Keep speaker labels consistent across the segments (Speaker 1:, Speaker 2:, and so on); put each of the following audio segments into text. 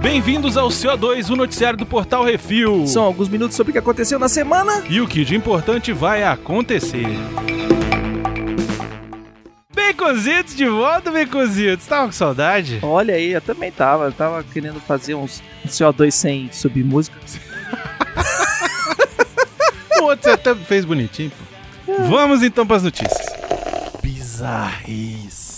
Speaker 1: Bem-vindos ao CO2, o noticiário do Portal Refil.
Speaker 2: São alguns minutos sobre o que aconteceu na semana.
Speaker 1: E o que de importante vai acontecer. Baconzitos de volta, Baconzitos. Tava com saudade?
Speaker 2: Olha aí, eu também tava. Eu tava querendo fazer uns CO2 sem subir música.
Speaker 1: O outro você até fez bonitinho. pô. Vamos então para as notícias.
Speaker 3: Bizarrice.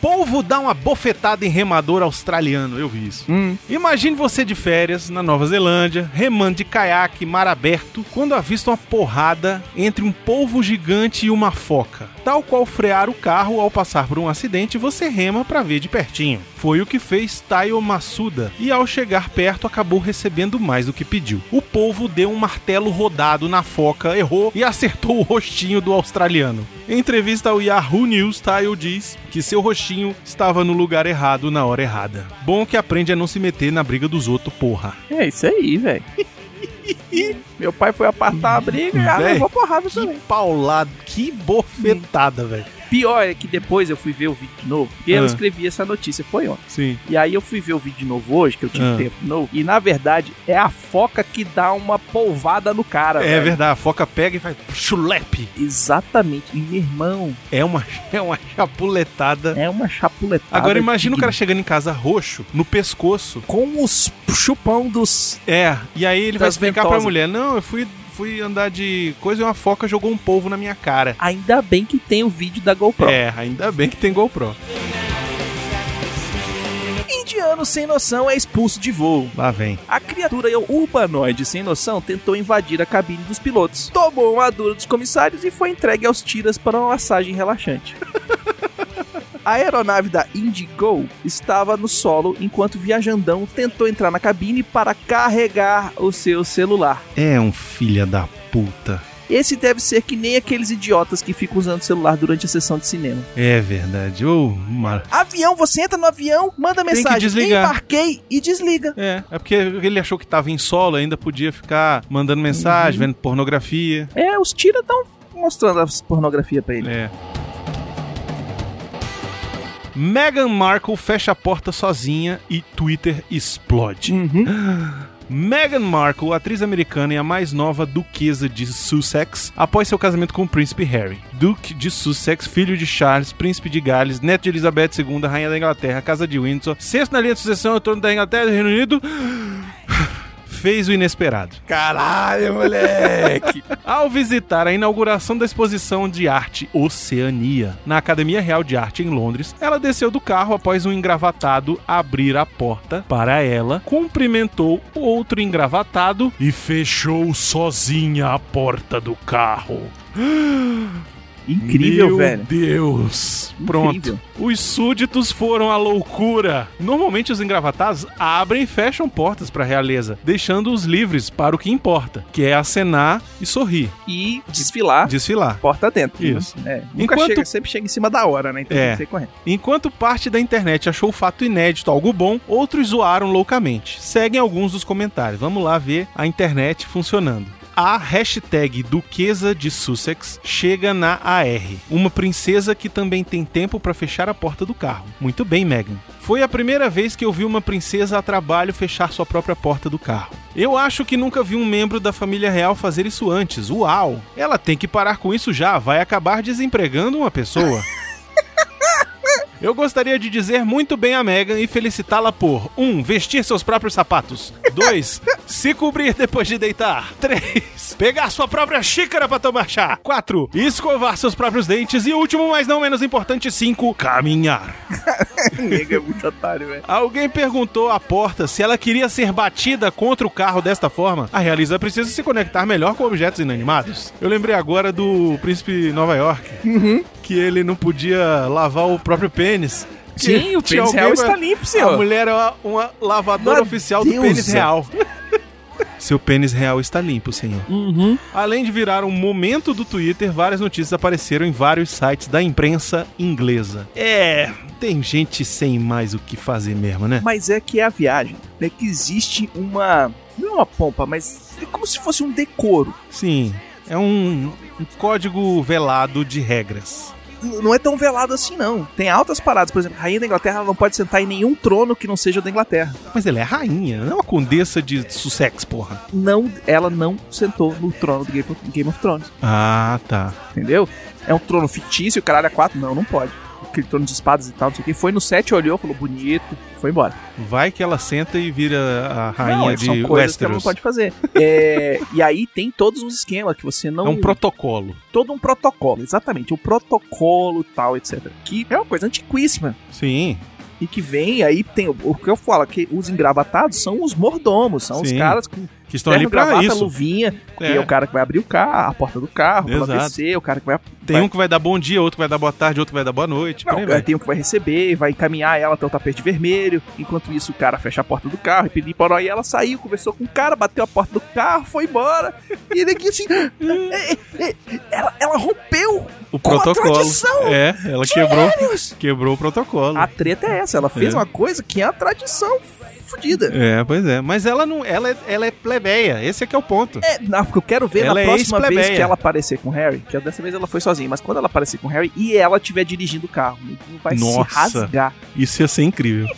Speaker 1: Polvo dá uma bofetada em remador australiano. Eu vi isso.
Speaker 2: Hum.
Speaker 1: Imagine você de férias na Nova Zelândia, remando de caiaque, mar aberto, quando avista uma porrada entre um polvo gigante e uma foca. Tal qual frear o carro ao passar por um acidente, você rema pra ver de pertinho. Foi o que fez Taio Massuda, e ao chegar perto acabou recebendo mais do que pediu. O polvo deu um martelo rodado na foca, errou e acertou o rostinho do australiano. Em entrevista ao Yahoo News, Taio diz que seu rostinho estava no lugar errado na hora errada. Bom que aprende a não se meter na briga dos outros, porra.
Speaker 2: É isso aí, velho. Meu pai foi apartar a briga e ah,
Speaker 1: Véi,
Speaker 2: levou porrada também.
Speaker 1: Que paulado, que bofetada, velho.
Speaker 2: Pior é que depois eu fui ver o vídeo de novo, porque eu
Speaker 1: Ah.
Speaker 2: escrevi essa notícia, foi ontem.
Speaker 1: Sim.
Speaker 2: E aí eu fui ver o vídeo de novo hoje, que eu tive
Speaker 1: Ah.
Speaker 2: tempo de novo, e na verdade é a foca que dá uma polvada no cara,
Speaker 1: É
Speaker 2: velho.
Speaker 1: verdade, a foca pega e faz chulepe.
Speaker 2: Exatamente. E, meu irmão,
Speaker 1: É uma, é uma chapuletada.
Speaker 2: é uma chapuletada.
Speaker 1: Agora imagina o
Speaker 2: que-
Speaker 1: cara chegando em casa roxo, no pescoço.
Speaker 2: com os chupão dos...
Speaker 1: É, e aí ele vai
Speaker 2: Das
Speaker 1: explicar pra
Speaker 2: ventosas.
Speaker 1: mulher: Não, eu fui, fui andar de coisa e uma foca jogou um polvo na minha cara.
Speaker 2: Ainda bem que tem o vídeo da GoPro.
Speaker 1: É, ainda bem que tem GoPro.
Speaker 2: Indiano sem noção é expulso de voo.
Speaker 1: Lá vem.
Speaker 2: A criatura urbanoide sem noção tentou invadir a cabine dos pilotos, tomou uma dura dos comissários e foi entregue aos tiras para uma massagem relaxante. A aeronave da Indigo estava no solo enquanto o viajandão tentou entrar na cabine para carregar o seu celular.
Speaker 1: É um filha da puta.
Speaker 2: Esse deve ser que nem aqueles idiotas que ficam usando o celular durante a sessão de cinema.
Speaker 1: É verdade. Ô, Mara.
Speaker 2: Avião, você entra no avião, manda
Speaker 1: que
Speaker 2: mensagem,
Speaker 1: desligar.
Speaker 2: embarquei e desliga.
Speaker 1: É, é porque ele achou que tava em solo, ainda podia ficar mandando mensagem, vendo pornografia.
Speaker 2: É, os tiras estão mostrando as pornografia pra ele.
Speaker 1: É. Meghan Markle fecha a porta sozinha e Twitter explode.
Speaker 2: Uhum.
Speaker 1: Meghan Markle, atriz americana e a mais nova duquesa de Sussex, após seu casamento com o príncipe Harry. Duque de Sussex, filho de Charles, príncipe de Gales, neto de Elizabeth II, rainha da Inglaterra, casa de Windsor, sexto na linha de sucessão ao trono da Inglaterra e do Reino Unido, fez o inesperado.
Speaker 3: Caralho, moleque.
Speaker 1: Ao visitar a inauguração da exposição de arte Oceania na Academia Real de Arte em Londres, ela desceu do carro após um engravatado abrir a porta para ela, cumprimentou outro engravatado e fechou sozinha a porta do carro.
Speaker 2: Incrível,
Speaker 1: Meu
Speaker 2: velho.
Speaker 1: Deus. Pronto.
Speaker 2: Incrível.
Speaker 1: Os súditos foram à loucura. Normalmente os engravatados abrem e fecham portas para a realeza, deixando-os livres para o que importa, que é acenar e sorrir,
Speaker 2: E desfilar
Speaker 1: desfilar.
Speaker 2: porta dentro.
Speaker 1: Isso.
Speaker 2: É, nunca
Speaker 1: Enquanto-
Speaker 2: chega, sempre chega em cima da hora, né? Então
Speaker 1: É.
Speaker 2: tem que ser correto.
Speaker 1: Enquanto parte da internet achou o fato inédito algo bom, outros zoaram loucamente. Seguem alguns dos comentários. Vamos lá ver a internet funcionando. A hashtag Duquesa de Sussex chega na AR, uma princesa que também tem tempo para fechar a porta do carro. Muito bem, Meghan. Foi a primeira vez que eu vi uma princesa a trabalho fechar sua própria porta do carro. Eu acho que nunca vi um membro da família real fazer isso antes. Uau! Ela tem que parar com isso já, vai acabar desempregando uma pessoa. Eu gostaria de dizer muito bem a Megan e felicitá-la por 1. Um, vestir seus próprios sapatos 2. Se cobrir depois de deitar 3. Pegar sua própria xícara para tomar chá 4. Escovar seus próprios dentes E último, mas não menos importante 5. Caminhar
Speaker 2: Nega é muito otário, velho.
Speaker 1: Alguém perguntou à porta se ela queria ser batida contra o carro desta forma. A realiza precisa se conectar melhor com objetos inanimados. Eu lembrei agora do príncipe Nova York,
Speaker 2: Uhum.
Speaker 1: que ele não podia lavar o próprio pênis.
Speaker 2: Sim, o
Speaker 1: Tinha
Speaker 2: pênis
Speaker 1: alguém pra-
Speaker 2: real está limpo,
Speaker 1: A
Speaker 2: senhor.
Speaker 1: mulher é uma, uma lavadora
Speaker 2: Uma
Speaker 1: oficial do
Speaker 2: deusa.
Speaker 1: pênis real. é. Seu pênis real está limpo, senhor.
Speaker 2: Uhum.
Speaker 1: Além de virar um momento do Twitter, várias notícias apareceram em vários sites da imprensa inglesa. É, tem gente sem mais o que fazer mesmo, né?
Speaker 2: Mas é que é a viagem, né? Que existe uma. Não é uma pompa, mas é como se fosse um decoro.
Speaker 1: Sim, é um, um código velado de regras.
Speaker 2: n- não é tão velado assim, não. Tem altas paradas. Por exemplo, a rainha da Inglaterra ela não pode sentar em nenhum trono que não seja o da Inglaterra.
Speaker 1: Mas ela é rainha, não é uma condessa de Sussex, porra.
Speaker 2: Não, ela não sentou no trono do Game of, Game of Thrones,
Speaker 1: Ah, tá.
Speaker 2: entendeu? É um trono fictício, caralho, é quatro. Não, não pode. Aquele trono de espadas e tal, não sei o que. Foi no set, olhou, falou bonito, foi embora.
Speaker 1: Vai que ela senta e vira a rainha
Speaker 2: não,
Speaker 1: de
Speaker 2: são coisas que ela não
Speaker 1: Westeros.
Speaker 2: pode fazer. É, e aí tem todos uns esquemas que você não.
Speaker 1: É um protocolo.
Speaker 2: todo um protocolo, exatamente, um protocolo tal, etc. Que é uma coisa antiquíssima.
Speaker 1: Sim.
Speaker 2: E que vem aí, tem o, o que eu falo, que os engravatados são os mordomos, são os
Speaker 1: Sim.
Speaker 2: caras que
Speaker 1: Que estão ali pra
Speaker 2: gravata,
Speaker 1: isso.
Speaker 2: luvinha,
Speaker 1: É.
Speaker 2: que é o cara que vai abrir o carro, a porta do carro, o
Speaker 1: Exato.
Speaker 2: ABC, o cara que vai.
Speaker 1: Tem um que vai dar bom dia, outro que vai dar boa tarde, outro que vai dar boa noite. por aí
Speaker 2: Não,
Speaker 1: vai.
Speaker 2: tem um que vai receber, vai encaminhar ela até o tapete vermelho. Enquanto isso, o cara fecha a porta do carro e pedir para ela saiu, conversou com o cara, bateu a porta do carro, foi embora. E ele aqui assim. é, é, é, ela, ela rompeu
Speaker 1: O
Speaker 2: com a
Speaker 1: protocolo.
Speaker 2: tradição.
Speaker 1: É, ela quebrou,
Speaker 2: Vários!
Speaker 1: quebrou o protocolo.
Speaker 2: A treta é essa, ela fez
Speaker 1: É.
Speaker 2: uma coisa que é a tradição fodida.
Speaker 1: É, pois é. Mas ela não. Ela é, ela é plebeia. Esse é que é o ponto.
Speaker 2: É, na- eu quero ver
Speaker 1: Ela é
Speaker 2: na próxima vez
Speaker 1: ex-plebeia.
Speaker 2: que ela aparecer com o Harry, que é dessa vez ela foi sozinha, mas quando ela aparecer com o Harry e ela estiver dirigindo o carro, o menino vai
Speaker 1: Nossa.
Speaker 2: se rasgar.
Speaker 1: Isso ia ser incrível.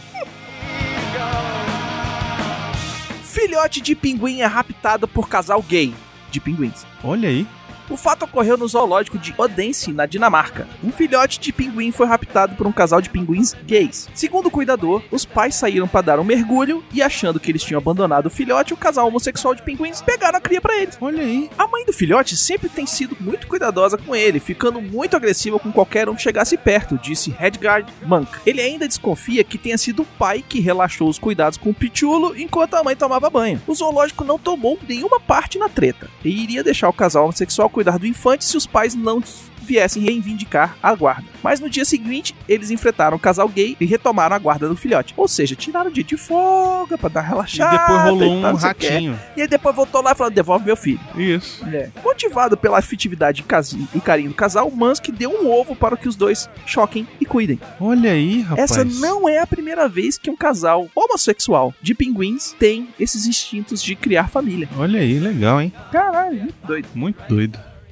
Speaker 2: Filhote de pinguim é raptado por casal gay de pinguins.
Speaker 1: Olha aí.
Speaker 2: O fato ocorreu no zoológico de Odense, na Dinamarca. Um filhote de pinguim foi raptado por um casal de pinguins gays. Segundo o cuidador, os pais saíram para dar um mergulho e achando que eles tinham abandonado o filhote, o casal homossexual de pinguins pegaram a cria para eles.
Speaker 1: Olha aí.
Speaker 2: A mãe do filhote sempre tem sido muito cuidadosa com ele, ficando muito agressiva com qualquer um que chegasse perto, disse Redgard Monk. Ele ainda desconfia que tenha sido o pai que relaxou os cuidados com o pichulo enquanto a mãe tomava banho. O zoológico não tomou nenhuma parte na treta e iria deixar o casal homossexual cuidar do infante se os pais não viessem reivindicar a guarda. Mas no dia seguinte, eles enfrentaram o casal gay e retomaram a guarda do filhote. Ou seja, tiraram o dia de folga pra dar uma
Speaker 1: E
Speaker 2: relaxada.
Speaker 1: depois rolou
Speaker 2: tal,
Speaker 1: um
Speaker 2: não sei o quê.
Speaker 1: ratinho.
Speaker 2: E aí depois voltou lá e falou, devolve meu filho.
Speaker 1: Isso.
Speaker 2: É. Motivado pela afetividade e casi- e carinho do casal, Musk deu um ovo para que os dois choquem e cuidem.
Speaker 1: Olha aí, rapaz.
Speaker 2: Essa não é a primeira vez que um casal homossexual de pinguins tem esses instintos de criar família.
Speaker 1: Olha aí, legal, hein?
Speaker 2: Caralho, muito doido.
Speaker 1: Muito doido.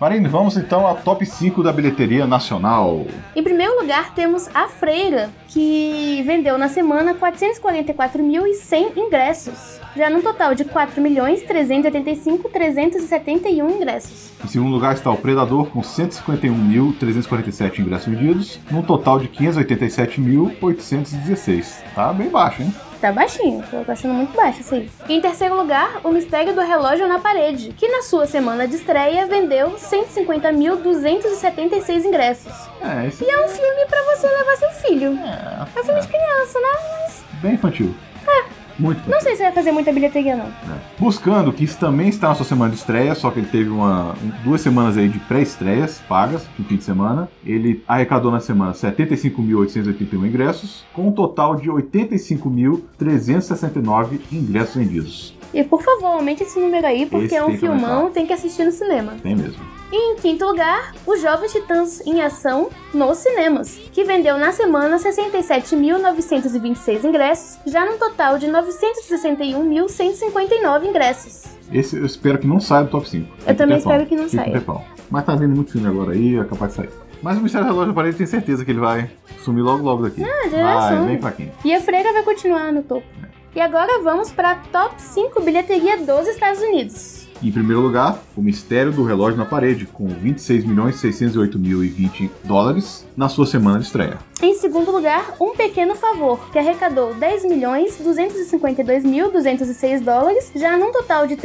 Speaker 4: Marine, vamos então ao top 5 da bilheteria nacional.
Speaker 5: Em primeiro lugar, temos A Freira, que vendeu na semana 444.100 ingressos, já num total de 4.385.371 ingressos.
Speaker 4: Em segundo lugar está o Predador com 151.347 ingressos vendidos, num total de 587.816. Tá bem baixo, hein?
Speaker 5: Tá baixinho, eu tô achando muito baixo isso aí. Em terceiro lugar, O Mistério do Relógio na Parede, que na sua semana de estreia vendeu 150.276 ingressos.
Speaker 4: É, esse
Speaker 5: É um filme pra você levar seu filho. É um filme de criança, né?
Speaker 4: é bem infantil. É. Muito.
Speaker 5: Não sei se vai fazer muita bilheteria, não.
Speaker 4: Buscando, que isso também está na sua semana de estreia, só que ele teve uma, um- duas semanas aí de pré-estreias pagas no fim de semana. Ele arrecadou na semana 75.881 ingressos, com um total de 85.369 ingressos vendidos.
Speaker 5: E por favor, aumente esse número aí, porque
Speaker 4: Esse
Speaker 5: é um
Speaker 4: tem que
Speaker 5: filmão,
Speaker 4: aumentar.
Speaker 5: tem que assistir no cinema.
Speaker 4: Tem mesmo.
Speaker 5: E em quinto lugar, Os Jovens Titãs em Ação nos cinemas, que vendeu na semana 67.926 ingressos, já num total de 961.159 ingressos.
Speaker 4: Esse eu espero que não saia do top 5.
Speaker 5: Eu também espero que não
Speaker 4: Fica com
Speaker 5: saia.
Speaker 4: tempão. Mas tá vendo muito filme agora aí, é capaz de sair. Mas o Mistério da Loja Parede tem certeza que ele vai sumir logo logo daqui.
Speaker 5: Ah, já
Speaker 4: vai,
Speaker 5: assume.
Speaker 4: bem fraquinho.
Speaker 5: E a freira vai continuar no topo. E agora vamos para a top 5 bilheteria dos Estados Unidos.
Speaker 4: Em primeiro lugar, o Mistério do Relógio na Parede, com 26.608.020 dólares na sua semana de estreia.
Speaker 5: Em segundo lugar, Um Pequeno Favor, que arrecadou 10.252.206 dólares, já num total de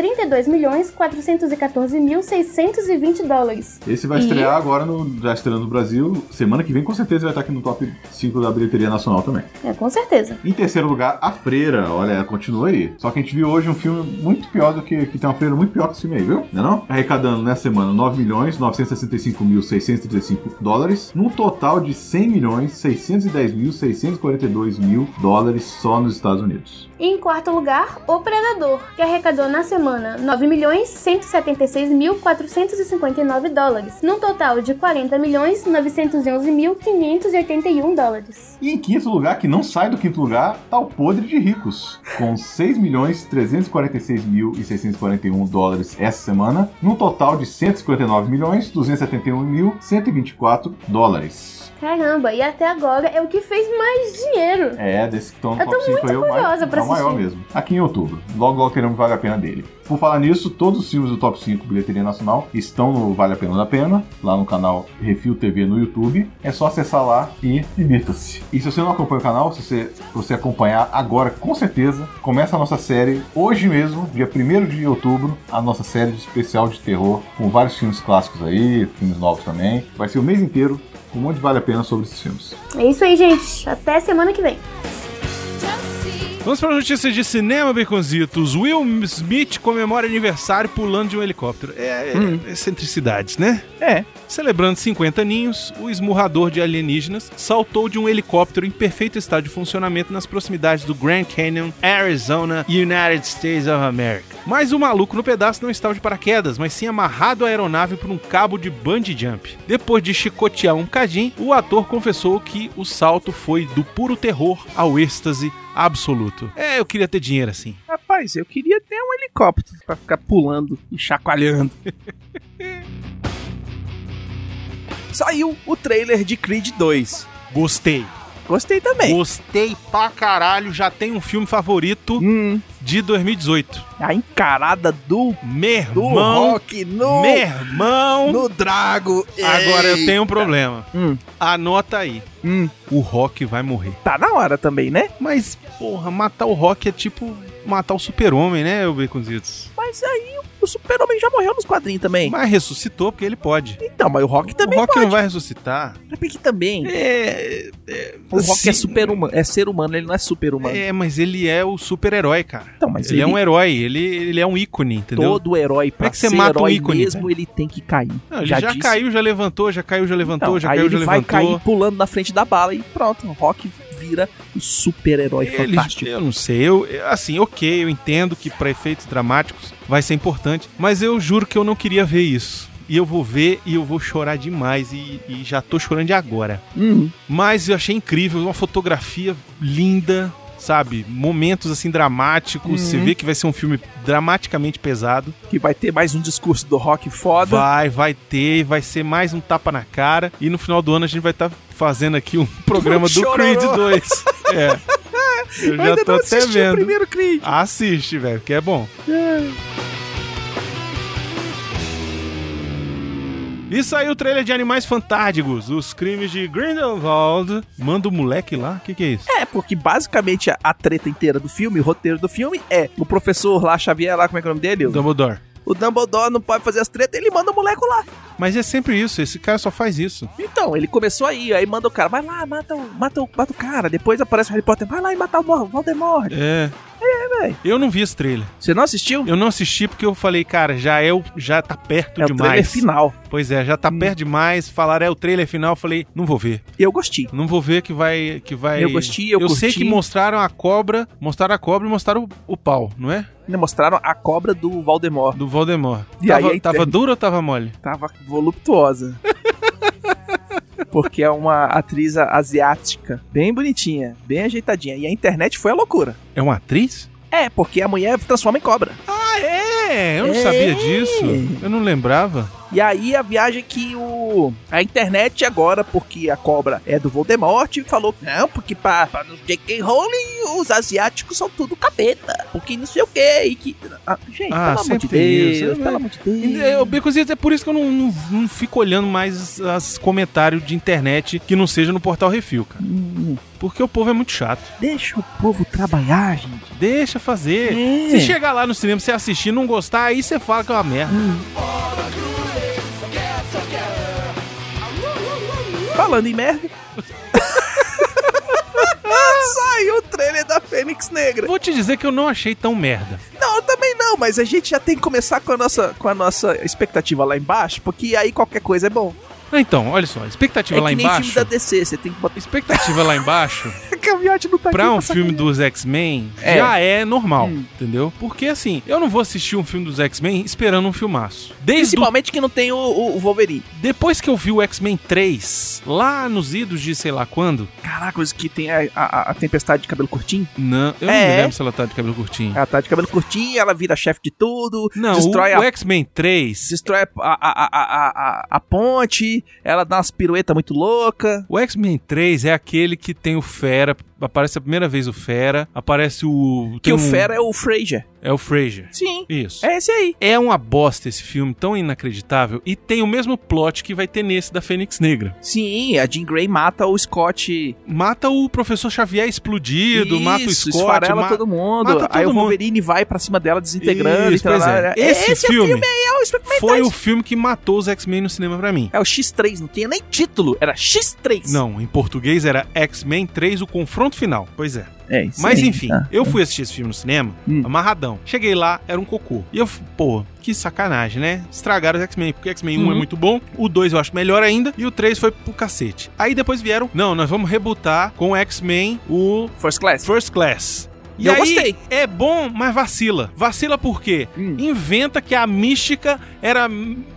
Speaker 5: 32.414.620 dólares.
Speaker 4: Esse vai
Speaker 5: E?
Speaker 4: estrear agora, no, já estreando no Brasil. Semana que vem, com certeza, vai estar aqui no top 5 da bilheteria nacional também.
Speaker 5: É, com certeza.
Speaker 4: Em terceiro lugar, A Freira. Olha, continua aí. Só que a gente viu hoje um filme muito pior do que... Que tem uma freira muito pior pior que esse filme aí, viu? Não é não? Arrecadando nessa semana 9 milhões 965.635 dólares, num total de 100 milhões 610.642 mil dólares só nos Estados Unidos.
Speaker 5: E em quarto lugar, O Predador, que arrecadou na semana 9.176.459 dólares, num total de 40.911.581 dólares.
Speaker 4: E em quinto lugar, que não sai do quinto lugar, tá o Podre de Ricos, com 6 milhões 346.641 dólares essa semana, num total de 159 milhões 271.124 dólares.
Speaker 5: Caramba, e até agora é o que fez mais dinheiro.
Speaker 4: É, desse que estão no
Speaker 5: Eu tô
Speaker 4: top 5 aí, o mais-
Speaker 5: curiosa pra
Speaker 4: é o maior
Speaker 5: assistir.
Speaker 4: mesmo. Aqui em outubro. Logo, logo teremos Vale a Pena dele. Por falar nisso, todos os filmes do Top 5 Bilheteria Nacional estão no Vale a Pena da Pena, lá no canal Refil TV no YouTube. É só acessar lá e divirta-se. E se você não acompanha o canal, se você, você acompanhar agora, com certeza, começa a nossa série hoje mesmo, dia 1 de outubro, a nossa série de especial de terror, com vários filmes clássicos aí, filmes novos também. Vai ser o mês inteiro, com um monte de Vale a Pena sobre esses filmes.
Speaker 5: É isso aí, gente. Até semana que vem.
Speaker 1: Vamos para notícias de cinema, Beconzitos. Will Smith comemora aniversário pulando de um helicóptero. É, é,
Speaker 2: Hum.
Speaker 1: excentricidades, né?
Speaker 2: É.
Speaker 1: Celebrando 50 aninhos, o esmurrador de alienígenas saltou de um helicóptero em perfeito estado de funcionamento nas proximidades do Grand Canyon, Arizona, United States of America. Mas o maluco no pedaço não estava de paraquedas, mas sim amarrado à aeronave por um cabo de bungee jump. Depois de chicotear um cadinho, o ator confessou que o salto foi do puro terror ao êxtase absoluto. É, eu queria ter dinheiro assim.
Speaker 2: Rapaz, eu queria ter um helicóptero pra ficar pulando e chacoalhando. Saiu o trailer de Creed 2.
Speaker 1: Gostei.
Speaker 2: Gostei também.
Speaker 1: Gostei pra caralho. Já tem um filme favorito
Speaker 2: Hum,
Speaker 1: de 2018.
Speaker 2: a encarada do,
Speaker 1: Meu
Speaker 2: do
Speaker 1: irmão,
Speaker 2: Rock no,
Speaker 1: meu irmão.
Speaker 2: no Drago.
Speaker 1: Agora eu
Speaker 2: Ei.
Speaker 1: tenho um problema.
Speaker 2: Hum.
Speaker 1: Anota aí.
Speaker 2: Hum,
Speaker 1: O Rock vai morrer.
Speaker 2: tá na hora também, né?
Speaker 1: Mas, porra, matar o Rock é tipo matar o super-homem, né, o Baconzitos?
Speaker 2: Mas aí o Super-Homem já morreu nos quadrinhos também.
Speaker 1: Mas ressuscitou porque ele pode.
Speaker 2: Então, mas o Rock também
Speaker 1: o Rock
Speaker 2: pode.
Speaker 1: não vai ressuscitar.
Speaker 2: Mas por que também.
Speaker 1: É,
Speaker 2: O Rock
Speaker 1: Sim.
Speaker 2: é super humano, é ser humano, ele não é super humano.
Speaker 1: é, mas ele é o super-herói, cara.
Speaker 2: Então, mas
Speaker 1: ele, é um herói, ele, ele é um ícone, entendeu?
Speaker 2: todo herói pra
Speaker 1: Como é que você
Speaker 2: ser
Speaker 1: mata um
Speaker 2: herói
Speaker 1: ícone,
Speaker 2: mesmo, ele tem que cair.
Speaker 1: Não, ele já,
Speaker 2: disse.
Speaker 1: caiu, já levantou, já caiu, já levantou,
Speaker 2: Então,
Speaker 1: já
Speaker 2: aí
Speaker 1: caiu,
Speaker 2: ele
Speaker 1: já
Speaker 2: vai
Speaker 1: levantou.
Speaker 2: cair pulando na frente da bala e pronto, o Rock vira o super-herói
Speaker 1: Ele-
Speaker 2: É fantástico.
Speaker 1: eu não sei, eu assim, ok, eu entendo que pra efeitos dramáticos vai ser importante, mas eu juro que eu não queria ver isso. E eu vou ver e eu vou chorar demais e, e já tô chorando de agora.
Speaker 2: Hum,
Speaker 1: Mas eu achei incrível, uma fotografia linda, sabe? Momentos assim dramáticos, você
Speaker 2: Uhum.
Speaker 1: vê que vai ser um filme dramaticamente pesado.
Speaker 2: que vai ter mais um discurso do Rock foda.
Speaker 1: Vai, vai ter, vai ser mais um tapa na cara e no final do ano a gente vai estar fazendo aqui um programa do
Speaker 2: Chororô.
Speaker 1: Creed 2. É. Eu
Speaker 2: Eu ainda
Speaker 1: já tô
Speaker 2: não
Speaker 1: até
Speaker 2: assisti o
Speaker 1: vendo.
Speaker 2: primeiro Creed.
Speaker 1: Assiste, velho, que é bom. E saiu o trailer de Animais Fantásticos, os crimes de Grindelwald. Manda o moleque lá? O que, que é isso?
Speaker 2: É, porque basicamente a, a treta inteira do filme, o roteiro do filme, é o professor lá, Xavier lá, como é que é o nome dele?
Speaker 1: Dumbledore.
Speaker 2: O Dumbledore não pode fazer as tretas, ele manda o moleque lá.
Speaker 1: Mas é sempre isso, esse cara só faz isso.
Speaker 2: Então, ele começou aí, aí manda o cara, vai lá, mata o, mata o, mata o cara. Depois aparece o Harry Potter, vai lá e matar o Mor- Voldemort.
Speaker 1: É.
Speaker 2: velho.
Speaker 1: Eu não vi esse trailer.
Speaker 2: Você não assistiu?
Speaker 1: Eu não assisti porque eu falei, cara, já é o, já tá perto
Speaker 2: é o trailer
Speaker 1: demais.
Speaker 2: final. Hum.
Speaker 1: Pois é, já tá perto demais. Falaram é o trailer final, eu falei, não vou ver.
Speaker 2: Eu gostei.
Speaker 1: Não vou ver que vai. Que vai...
Speaker 2: Eu gostei, eu curti.
Speaker 1: sei que mostraram a cobra, mostraram a cobra e mostraram o, o pau, não é?
Speaker 2: Ainda Mostraram a cobra do Voldemort.
Speaker 1: Do Voldemort.
Speaker 2: E
Speaker 1: tava
Speaker 2: aí, aí
Speaker 1: tava
Speaker 2: tem-
Speaker 1: dura ou tava mole?
Speaker 2: Tava voluptuosa. Porque é uma atriz a- asiática. Bem bonitinha, bem ajeitadinha. E a internet foi a loucura.
Speaker 1: É uma atriz?
Speaker 2: É, porque a mulher transforma em cobra.
Speaker 1: Ah, é! Eu não
Speaker 2: É.
Speaker 1: sabia disso. Eu não lembrava.
Speaker 2: E aí a viagem que o a internet agora, porque a cobra é do Voldemort, falou não, porque pra, pra no J.K. Rowling os asiáticos são tudo capeta, porque não sei o que e que Ah, gente,
Speaker 1: Ah,
Speaker 2: pelo amor de
Speaker 1: sempre tem
Speaker 2: Deus,
Speaker 1: isso, né?
Speaker 2: pelo amor de
Speaker 1: E,
Speaker 2: Deus.
Speaker 1: é, O Becozito, é por isso que eu não, não- não fico olhando mais os comentários de internet que não seja no portal Refil, cara.
Speaker 2: Hum,
Speaker 1: Porque o povo é muito chato.
Speaker 2: deixa o povo trabalhar, gente.
Speaker 1: Deixa fazer.
Speaker 2: É.
Speaker 1: Se chegar lá no cinema, você assistir e não gostar, aí você fala que é uma merda.
Speaker 2: Falando em merda. Saiu o trailer da Fênix Negra.
Speaker 1: Vou te dizer que eu não achei tão merda.
Speaker 2: Não, eu também não, mas a gente já tem que começar com a nossa, com a nossa expectativa lá embaixo, porque aí qualquer coisa é bom.
Speaker 1: Então, olha só, a expectativa
Speaker 2: é
Speaker 1: lá
Speaker 2: que nem filme
Speaker 1: embaixo.
Speaker 2: da DC, você tem que botar...
Speaker 1: Expectativa lá embaixo
Speaker 2: A caminhonete não tá aqui
Speaker 1: pra um
Speaker 2: sacar-
Speaker 1: filme dos X-Men
Speaker 2: É.
Speaker 1: já é normal,
Speaker 2: Hum.
Speaker 1: entendeu? Porque assim, eu não vou assistir um filme dos X-Men esperando um filmaço. Desde o
Speaker 2: Principalmente que não tem o, o- o Wolverine.
Speaker 1: Depois que eu vi o X-Men 3, lá nos idos de sei lá quando,
Speaker 2: Caraca, os que tem a, a- a tempestade de cabelo curtinho.
Speaker 1: não, eu não
Speaker 2: É.
Speaker 1: me lembro se ela tá de cabelo curtinho.
Speaker 2: Ela tá de cabelo curtinho, ela vira chefe de tudo,
Speaker 1: Não,
Speaker 2: destrói
Speaker 1: o,
Speaker 2: a
Speaker 1: o X-Men 3,
Speaker 2: destrói a, a, a, a, a- a ponte, ela dá umas piruetas muito louca.
Speaker 1: o X-Men 3 é aquele que tem o Fera, aparece a primeira vez o Fera, aparece o...
Speaker 2: Que
Speaker 1: tem
Speaker 2: o
Speaker 1: um-
Speaker 2: Fera é o Fraser.
Speaker 1: É o Fraser.
Speaker 2: Sim,
Speaker 1: Isso.
Speaker 2: é esse aí.
Speaker 1: É uma bosta esse filme, tão inacreditável, e tem o mesmo plot que vai ter nesse da Fênix Negra.
Speaker 2: Sim, a Jean Grey mata o Scott.
Speaker 1: Mata o Professor Xavier explodido, mata o
Speaker 2: Isso,
Speaker 1: Scott,
Speaker 2: esfarela
Speaker 1: ma-
Speaker 2: todo mundo.
Speaker 1: mata
Speaker 2: aí
Speaker 1: todo
Speaker 2: o
Speaker 1: mundo.
Speaker 2: Wolverine vai pra cima dela desintegrando.
Speaker 1: Isso,
Speaker 2: e tal,
Speaker 1: pois é.
Speaker 2: lá, lá.
Speaker 1: Esse filme
Speaker 2: aí, é o Spectrum
Speaker 1: Foi o filme que matou os X-Men no cinema pra mim.
Speaker 2: É o X3, não tinha nem título, era X3.
Speaker 1: Não, em português era X-Men 3, o confronto final. Pois é.
Speaker 2: É isso
Speaker 1: Mas
Speaker 2: aí.
Speaker 1: enfim,
Speaker 2: Ah.
Speaker 1: eu fui assistir esse filme no cinema,
Speaker 2: Hum.
Speaker 1: amarradão. Cheguei lá, era um cocô. E eu, f- pô, que sacanagem, né? Estragaram os X-Men, porque o X-Men 1 é
Speaker 2: Uhum.
Speaker 1: muito bom, o 2 eu acho melhor ainda, e o 3 foi pro cacete. Aí depois vieram, não, nós vamos rebutar com o X-Men o
Speaker 2: First Class.
Speaker 1: First Class. E
Speaker 2: eu
Speaker 1: aí,
Speaker 2: gostei.
Speaker 1: é bom, mas vacila. Vacila por quê?
Speaker 2: Hum.
Speaker 1: Inventa que a mística era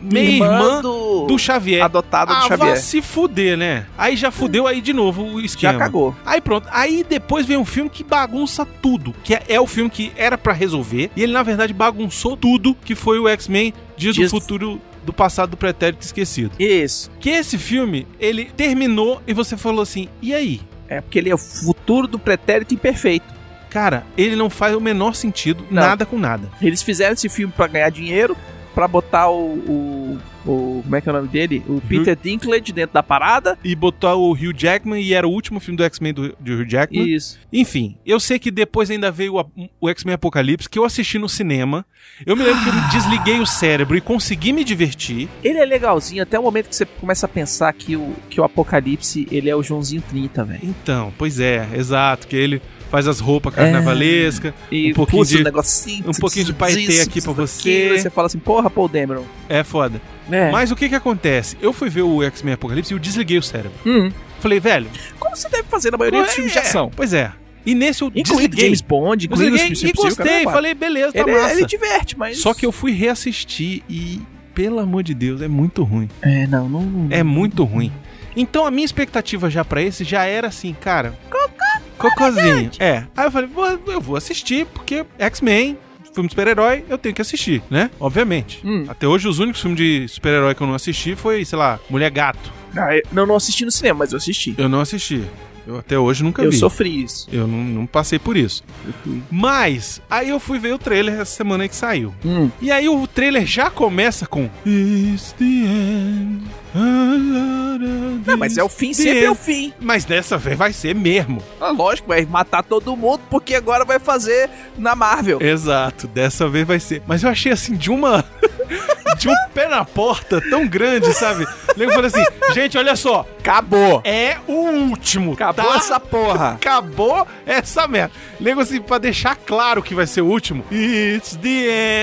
Speaker 1: meia-irmã do,
Speaker 2: do,
Speaker 1: Xavier.
Speaker 2: adotado do
Speaker 1: Ah, vai
Speaker 2: Xavier.
Speaker 1: se fuder, né? Aí já fudeu aí de novo o
Speaker 2: Já
Speaker 1: esquema.
Speaker 2: cagou.
Speaker 1: Aí pronto. Aí depois vem um filme que bagunça tudo. Que é, é o filme que era pra resolver. E ele, na verdade, bagunçou tudo que foi o X-Men Dias do
Speaker 2: Dias-
Speaker 1: Futuro do Passado do Pretérito Esquecido.
Speaker 2: Isso.
Speaker 1: Que esse filme, ele terminou e você falou assim, e aí?
Speaker 2: É porque ele é o futuro do pretérito imperfeito.
Speaker 1: Cara, ele não faz o menor sentido,
Speaker 2: Não.
Speaker 1: nada com nada.
Speaker 2: Eles fizeram esse filme pra ganhar dinheiro, pra botar o, o, o- Como é que é o nome dele?
Speaker 1: Uhum.
Speaker 2: O Peter Dinklage dentro da parada.
Speaker 1: E botou o Hugh Jackman e era o último filme do X-Men do, do Hugh Jackman.
Speaker 2: Isso.
Speaker 1: Enfim, eu sei que depois ainda veio a- o X-Men Apocalipse, que eu assisti no cinema. Eu me lembro que eu me desliguei o cérebro e consegui me divertir.
Speaker 2: Ele é legalzinho até o momento que você começa a pensar que o, que o Apocalipse ele é o Joãozinho 30, velho.
Speaker 1: Então, pois é, exato, que ele faz as
Speaker 2: É.
Speaker 1: roupas carnavalescas,
Speaker 2: E
Speaker 1: Um pouquinho
Speaker 2: puxa
Speaker 1: de-
Speaker 2: um negocinho.
Speaker 1: um pouquinho de paetê aqui pra
Speaker 2: aquilo, e
Speaker 1: você.
Speaker 2: Você fala assim, porra, Paul Dameron.
Speaker 1: É foda.
Speaker 2: Né?
Speaker 1: Mas o que que acontece? Eu fui ver o X-Men Apocalipse e eu desliguei o cérebro.
Speaker 2: Hum.
Speaker 1: Falei, velho,
Speaker 2: Como você deve fazer na maioria dos filmes de
Speaker 1: é,
Speaker 2: ação.
Speaker 1: Pois é. E nesse eu
Speaker 2: Incluindo
Speaker 1: desliguei.
Speaker 2: James Bond,
Speaker 1: Eu
Speaker 2: incluindo os
Speaker 1: desliguei
Speaker 2: filmes
Speaker 1: e gostei.
Speaker 2: falei,
Speaker 1: Falei, beleza, tá
Speaker 2: ele,
Speaker 1: massa.
Speaker 2: ele diverte, mas...
Speaker 1: Só que eu fui reassistir e, pelo amor de Deus, é muito ruim.
Speaker 2: É, não, não... não-
Speaker 1: É muito ruim. Então a minha expectativa já pra esse já era assim, cara. Cocôzinho. É. Aí eu falei, "Vou- eu vou assistir, porque X-Men, filme de super-herói, eu tenho que assistir, né? Obviamente.
Speaker 2: Hum.
Speaker 1: Até hoje, os únicos filmes de super-herói que eu não assisti foi, sei lá, Mulher Gato.
Speaker 2: Ah, eu- não, não assisti no cinema, mas eu assisti.
Speaker 1: Eu não assisti. Eu até hoje nunca
Speaker 2: Eu
Speaker 1: vi.
Speaker 2: sofri isso.
Speaker 1: Eu não, não passei por isso. Mas, aí eu fui ver o trailer essa semana aí que saiu.
Speaker 2: Hum.
Speaker 1: E aí o trailer já começa com. It's the end.
Speaker 2: Não, mas é o fim, sempre é o fim.
Speaker 1: Mas dessa vez vai ser mesmo.
Speaker 2: Ah, lógico, vai matar todo mundo, porque agora vai fazer na Marvel.
Speaker 1: Exato, dessa vez vai ser. Mas eu achei assim, de uma. de um pé na porta tão grande, sabe? Eu falei assim, gente, olha só.
Speaker 2: Acabou.
Speaker 1: É o último.
Speaker 2: Acabou
Speaker 1: tá?
Speaker 2: essa porra.
Speaker 1: Acabou essa merda. Nego assim, pra deixar claro que vai ser o último. It's the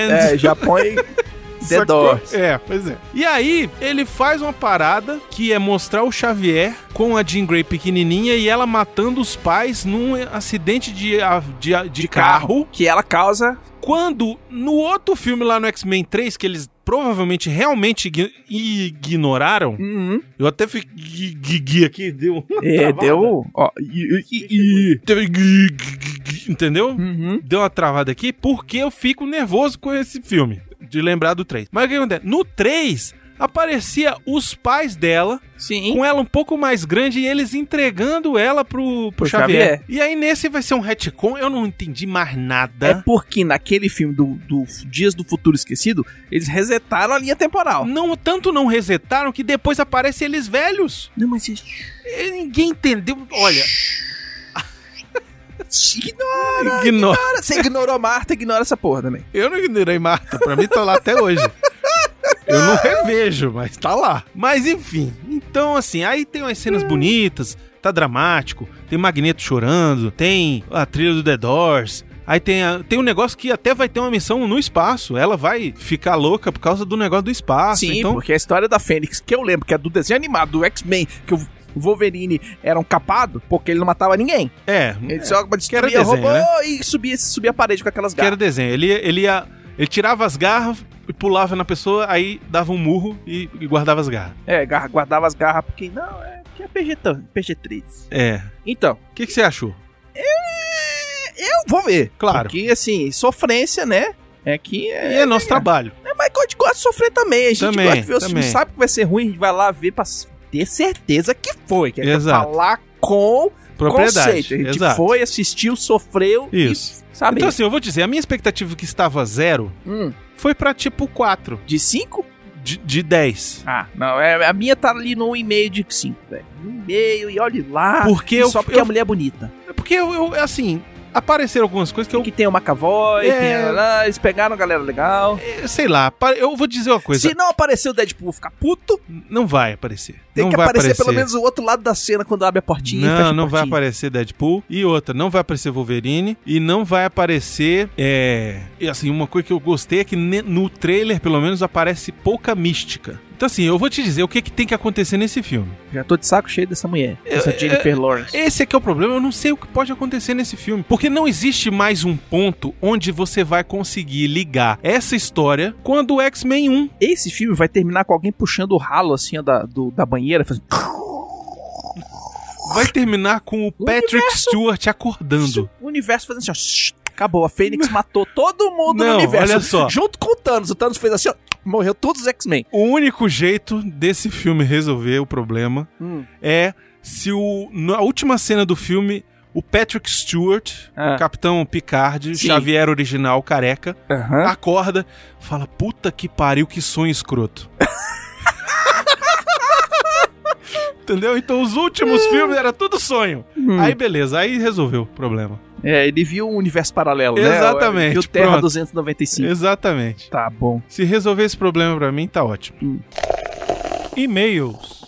Speaker 1: end.
Speaker 2: É, já põe The
Speaker 1: Sacou?
Speaker 2: Doors.
Speaker 1: É, pois é. E aí, ele faz uma parada que é mostrar o Xavier com a Jean Grey pequenininha e ela matando os pais num acidente de, a- de, a- de carro.
Speaker 2: Que ela causa.
Speaker 1: Quando, no outro filme lá no X-Men 3, que eles provavelmente realmente ign- ignoraram,
Speaker 2: Uhum.
Speaker 1: eu até fiquei gui- gui aqui, deu uma
Speaker 2: É,
Speaker 1: travada.
Speaker 2: deu. Ó, e- e- e- e-
Speaker 1: Teve gui- gui- gui- gui, Entendeu?
Speaker 2: Uhum.
Speaker 1: deu uma travada aqui porque eu fico nervoso com esse filme, de lembrar do 3. Mas o que acontece? No 3, aparecia os pais dela,
Speaker 2: Sim.
Speaker 1: com ela um pouco mais grande, e eles entregando ela pro, pro
Speaker 2: Pro
Speaker 1: Xavier.
Speaker 2: Xavier.
Speaker 1: E aí nesse vai ser um retcon, eu não entendi mais
Speaker 2: É
Speaker 1: nada.
Speaker 2: porque naquele filme do, do Dias do Futuro Esquecido, eles resetaram a linha temporal.
Speaker 1: Não, tanto não resetaram que depois aparecem eles velhos.
Speaker 2: Não, mas isso.
Speaker 1: E ninguém entendeu. Olha,
Speaker 2: Ignora!
Speaker 1: ignora.
Speaker 2: Você ignorou Marta, ignora essa porra também.
Speaker 1: Eu não ignorei Marta, pra mim tá lá até hoje. Eu não revejo, mas tá lá. Mas enfim, então assim, aí tem umas cenas bonitas, tá dramático, tem Magneto chorando, tem a trilha do The Doors, Aí tem, a- tem um negócio que até vai ter uma missão no espaço. Ela vai ficar louca por causa do negócio do espaço.
Speaker 2: Sim,
Speaker 1: então,
Speaker 2: porque a história da Fênix, que eu lembro que é do desenho animado do X-Men, que o Wolverine era um capado, porque ele não matava ninguém.
Speaker 1: é.
Speaker 2: Ele só
Speaker 1: era
Speaker 2: destruía
Speaker 1: desenho,
Speaker 2: robô
Speaker 1: né?
Speaker 2: e subia, subia a parede com aquelas
Speaker 1: Que era
Speaker 2: garras.
Speaker 1: desenho. Ele, ele ia. Ele tirava as garras e pulava na pessoa, aí dava um murro e, e guardava as garras.
Speaker 2: É, garra- guardava as garras, porque não, é, porque é PG, tão- PG-3.
Speaker 1: É.
Speaker 2: Então,
Speaker 1: O que, que você achou?
Speaker 2: eu vou ver.
Speaker 1: Claro.
Speaker 2: Porque, assim, sofrência, né? É que
Speaker 1: E
Speaker 2: é...
Speaker 1: é nosso trabalho.
Speaker 2: é, Mas a gente gosta de sofrer também. A gente
Speaker 1: Também,
Speaker 2: gosta de ver os filmes,
Speaker 1: também.
Speaker 2: sabe que vai ser ruim, a gente vai lá ver pra ter certeza que foi. Que é pra
Speaker 1: Exato.
Speaker 2: falar com
Speaker 1: Propriedade.
Speaker 2: conceito. A gente
Speaker 1: Exato.
Speaker 2: foi, assistiu, sofreu
Speaker 1: Isso.
Speaker 2: e, sabe?
Speaker 1: Então, assim, eu vou dizer, a minha expectativa que estava zero
Speaker 2: Hum,
Speaker 1: foi pra tipo 4,
Speaker 2: de 5?
Speaker 1: de, de 10.
Speaker 2: Ah, não, é, a minha tá ali no e-mail de 5, velho. Um e-mail e olhe lá.
Speaker 1: Porque
Speaker 2: Ah, E
Speaker 1: eu.
Speaker 2: só porque
Speaker 1: eu-
Speaker 2: a mulher é bonita.
Speaker 1: porque eu, eu- assim, apareceram algumas coisas que eu.
Speaker 2: Que tem o McAvoy,
Speaker 1: É.
Speaker 2: tem a- lá, eles pegaram a galera legal.
Speaker 1: eh, Sei lá, pa- eu vou dizer uma coisa.
Speaker 2: Se não aparecer o Deadpool, fica puto.
Speaker 1: Não vai aparecer.
Speaker 2: Tem
Speaker 1: não
Speaker 2: que
Speaker 1: vai
Speaker 2: aparecer, pelo menos o outro lado da cena quando abre a portinha e fecha um
Speaker 1: Não,
Speaker 2: a
Speaker 1: não vai
Speaker 2: portinha.
Speaker 1: aparecer Deadpool. E outra, não vai aparecer Wolverine. E não vai aparecer. É. e, Assim, uma coisa que eu gostei é que ne- no trailer, pelo menos, aparece pouca mística. Então, assim, eu vou te dizer o que, que tem que acontecer nesse filme.
Speaker 2: Já tô de saco cheio dessa mulher. Essa Jennifer Lawrence.
Speaker 1: Esse é que é o problema, eu não sei o que pode acontecer nesse filme. Porque não existe mais um ponto onde você vai conseguir ligar essa história quando o X-Men 1.
Speaker 2: Esse filme vai terminar com alguém puxando o ralo assim ó, da, do- da banheira, fazendo.
Speaker 1: Vai terminar com o Patrick Stewart acordando.
Speaker 2: O universo fazendo assim, ó. shh, Acabou, a Fênix matou todo mundo no
Speaker 1: Não,
Speaker 2: universo.
Speaker 1: olha só.
Speaker 2: Junto com o Thanos. O Thanos fez assim, ó. Morreu todos os X-Men.
Speaker 1: O único jeito desse filme resolver o problema é se o, na última cena do filme o Patrick Stewart,
Speaker 2: Ah.
Speaker 1: Capitão Picard,
Speaker 2: Sim.
Speaker 1: Xavier original careca,
Speaker 2: Aham.
Speaker 1: acorda, fala: "Puta que pariu, que sonho escroto". Entendeu? Então os últimos filmes era tudo sonho.
Speaker 2: Hum.
Speaker 1: Aí beleza, aí resolveu o problema.
Speaker 2: É, ele viu um universo paralelo, né?
Speaker 1: Exatamente,
Speaker 2: Viu Terra
Speaker 1: pronto.
Speaker 2: 295.
Speaker 1: Exatamente.
Speaker 2: Tá bom.
Speaker 1: Se resolver esse problema pra mim, tá ótimo. E-mails.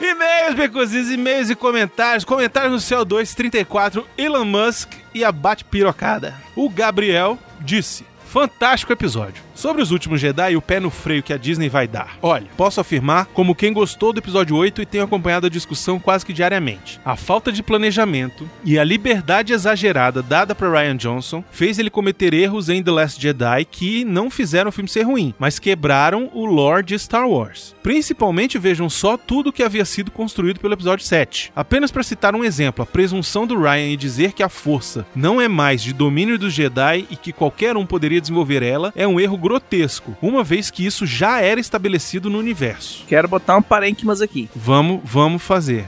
Speaker 1: E-mails, Becozinhos, e-mails e comentários. Comentários no céu 234, Elon Musk e a bate-pirocada. O Gabriel disse. Fantástico episódio. Sobre os últimos Jedi e o pé no freio que a Disney vai dar. Olha, posso afirmar como quem gostou do episódio 8 e tem acompanhado a discussão quase que diariamente. A falta de planejamento e a liberdade exagerada dada para Ryan Johnson fez ele cometer erros em The Last Jedi que não fizeram o filme ser ruim, mas quebraram o lore de Star Wars. Principalmente vejam só tudo o que havia sido construído pelo episódio 7. Apenas para citar um exemplo, a presunção do Ryan em dizer que a força não é mais de domínio dos Jedi e que qualquer um poderia desenvolver ela é um erro grotesco, uma vez que isso já era estabelecido no universo.
Speaker 2: Quero botar um parênquimas aqui.
Speaker 1: Vamos, vamos fazer.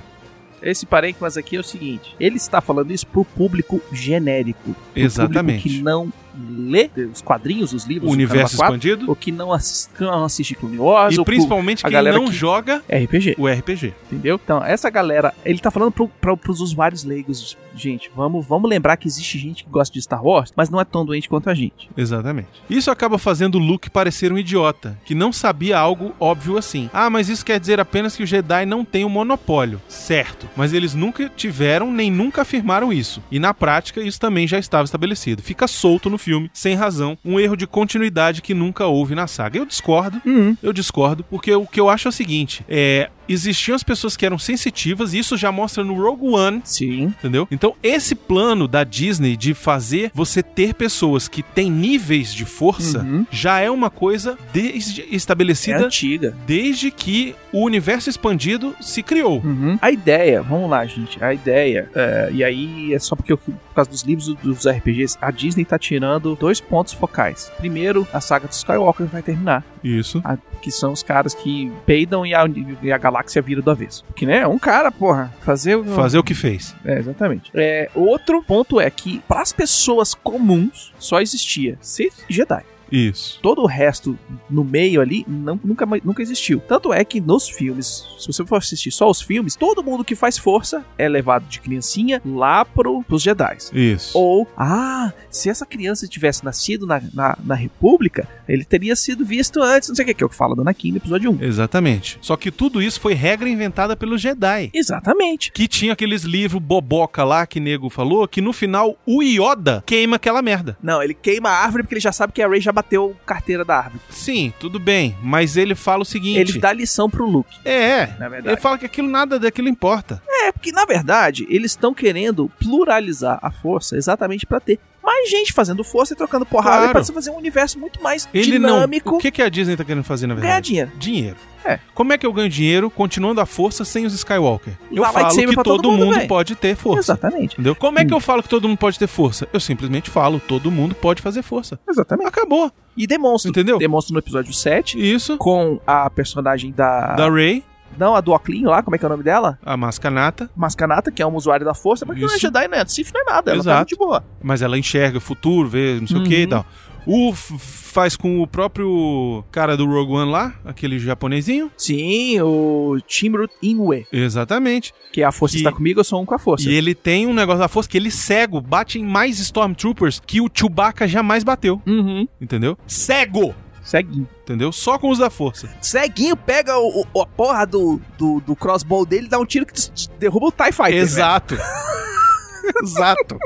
Speaker 2: Esse parênquimas aqui é o seguinte: ele está falando isso pro público genérico. pro
Speaker 1: Exatamente.
Speaker 2: Público que não lê os quadrinhos, os livros,
Speaker 1: O universo
Speaker 2: caramba quatro,
Speaker 1: expandido
Speaker 2: ou que não, assis- que não assiste Clone Wars,
Speaker 1: e
Speaker 2: ou
Speaker 1: principalmente
Speaker 2: a
Speaker 1: quem
Speaker 2: galera
Speaker 1: não
Speaker 2: que-
Speaker 1: joga
Speaker 2: pro RPG,
Speaker 1: o RPG.
Speaker 2: entendeu? Então, essa galera, ele tá falando pro, pra- pros usuários leigos. Gente, vamos, vamos lembrar que existe gente que gosta de Star Wars, mas não é tão doente quanto a gente.
Speaker 1: Exatamente. Isso acaba fazendo o Luke parecer um idiota, que não sabia algo óbvio assim. Ah, mas isso quer dizer apenas que o Jedi não tem o monopólio. Certo, mas eles nunca tiveram nem nunca afirmaram isso. E na prática, isso também já estava estabelecido. Fica solto no filme, sem razão, um erro de continuidade que nunca houve na saga. Eu discordo,
Speaker 2: Uhum.
Speaker 1: eu discordo, porque o que eu acho é o seguinte: é. Existiam as pessoas que eram sensitivas, e isso já mostra no Rogue One
Speaker 2: Sim.
Speaker 1: entendeu? Então, esse plano da Disney de fazer você ter pessoas que têm níveis de força
Speaker 2: Uhum.
Speaker 1: já é uma coisa desde-
Speaker 2: É
Speaker 1: estabelecida
Speaker 2: antiga.
Speaker 1: desde que o universo expandido se criou.
Speaker 2: Uhum. A ideia, vamos lá, gente. A ideia, é, e aí é só porque eu, por causa dos livros e dos RPGs, a Disney tá tirando dois pontos focais. Primeiro, a saga do Skywalker vai terminar,
Speaker 1: Isso.
Speaker 2: a- que são os caras que peidam e a, e a galáxia vira do avesso. Que né, um cara, porra, fazer o.
Speaker 1: Fazer o que fez.
Speaker 2: É, exatamente. É, outro ponto é que, para as pessoas comuns, só existia ser Jedi.
Speaker 1: Isso.
Speaker 2: Todo o resto no meio ali não- nunca, mais- nunca existiu. Tanto é que nos filmes, se você for assistir só os filmes, todo mundo que faz força é levado de criancinha lá pro, pros Jedi.
Speaker 1: Isso.
Speaker 2: Ou, ah, se essa criança tivesse nascido na, na, na República, ele teria sido visto antes, não sei o que, que é o que fala Dona Kim no episódio 1.
Speaker 1: Exatamente. Só que tudo isso foi regra inventada pelos Jedi.
Speaker 2: Exatamente.
Speaker 1: Que tinha aqueles livros boboca lá que nego falou, que no final o Yoda queima aquela merda.
Speaker 2: Não, ele queima a árvore porque ele já sabe que a Rey já bateu carteira da árvore.
Speaker 1: Sim, tudo bem, mas ele fala o seguinte.
Speaker 2: Ele dá lição pro Luke,
Speaker 1: É,
Speaker 2: na
Speaker 1: ele
Speaker 2: verdade.
Speaker 1: fala que aquilo nada daquilo importa.
Speaker 2: É, porque na verdade eles estão querendo pluralizar a força exatamente pra ter mais gente fazendo força e trocando porrada
Speaker 1: Claro.
Speaker 2: pra você fazer um universo muito mais
Speaker 1: Ele
Speaker 2: dinâmico.
Speaker 1: não. O que, que a Disney tá querendo fazer, na
Speaker 2: Ganhar
Speaker 1: verdade?
Speaker 2: dinheiro.
Speaker 1: Dinheiro.
Speaker 2: É.
Speaker 1: Como é que eu ganho dinheiro continuando a força sem os Skywalker?
Speaker 2: E
Speaker 1: Eu
Speaker 2: dá
Speaker 1: falo
Speaker 2: lightsaber
Speaker 1: que
Speaker 2: pra
Speaker 1: todo,
Speaker 2: todo mundo,
Speaker 1: mundo,
Speaker 2: véi. Hum.
Speaker 1: pode ter força.
Speaker 2: Exatamente.
Speaker 1: Entendeu? Como é que eu falo que todo mundo pode ter força? Eu simplesmente falo, todo mundo pode fazer força.
Speaker 2: Exatamente.
Speaker 1: Acabou.
Speaker 2: E demonstra.
Speaker 1: Entendeu?
Speaker 2: Demonstra no episódio 7
Speaker 1: Isso.
Speaker 2: com a personagem da.
Speaker 1: Da Ray,
Speaker 2: Não, a do Oclinho lá, como é que é o nome dela?
Speaker 1: a mascanata,
Speaker 2: Mascanata, que é uma usuária da força, mas que não é
Speaker 1: Isso.
Speaker 2: Jedi, né? Sif não é nada. Ela tá
Speaker 1: Exato.
Speaker 2: de boa.
Speaker 1: mas ela enxerga o futuro, vê não sei o
Speaker 2: Uhum.
Speaker 1: que e tal. O f- faz com o próprio cara do Rogue One lá, aquele japonesinho.
Speaker 2: Sim, o Timru Inoue,
Speaker 1: Exatamente.
Speaker 2: que é a força
Speaker 1: Que-
Speaker 2: está comigo, eu sou um com a força.
Speaker 1: E ele tem um negócio da força que ele cego, bate em mais Stormtroopers que o Chewbacca jamais bateu,
Speaker 2: Uhum.
Speaker 1: entendeu? Cego!
Speaker 2: Ceguinho.
Speaker 1: Entendeu? Só com os da força.
Speaker 2: Ceguinho pega o, o- a porra do, do, do crossbow dele, dá um tiro que des- derruba o TIE Fighter.
Speaker 1: Exato. Exato.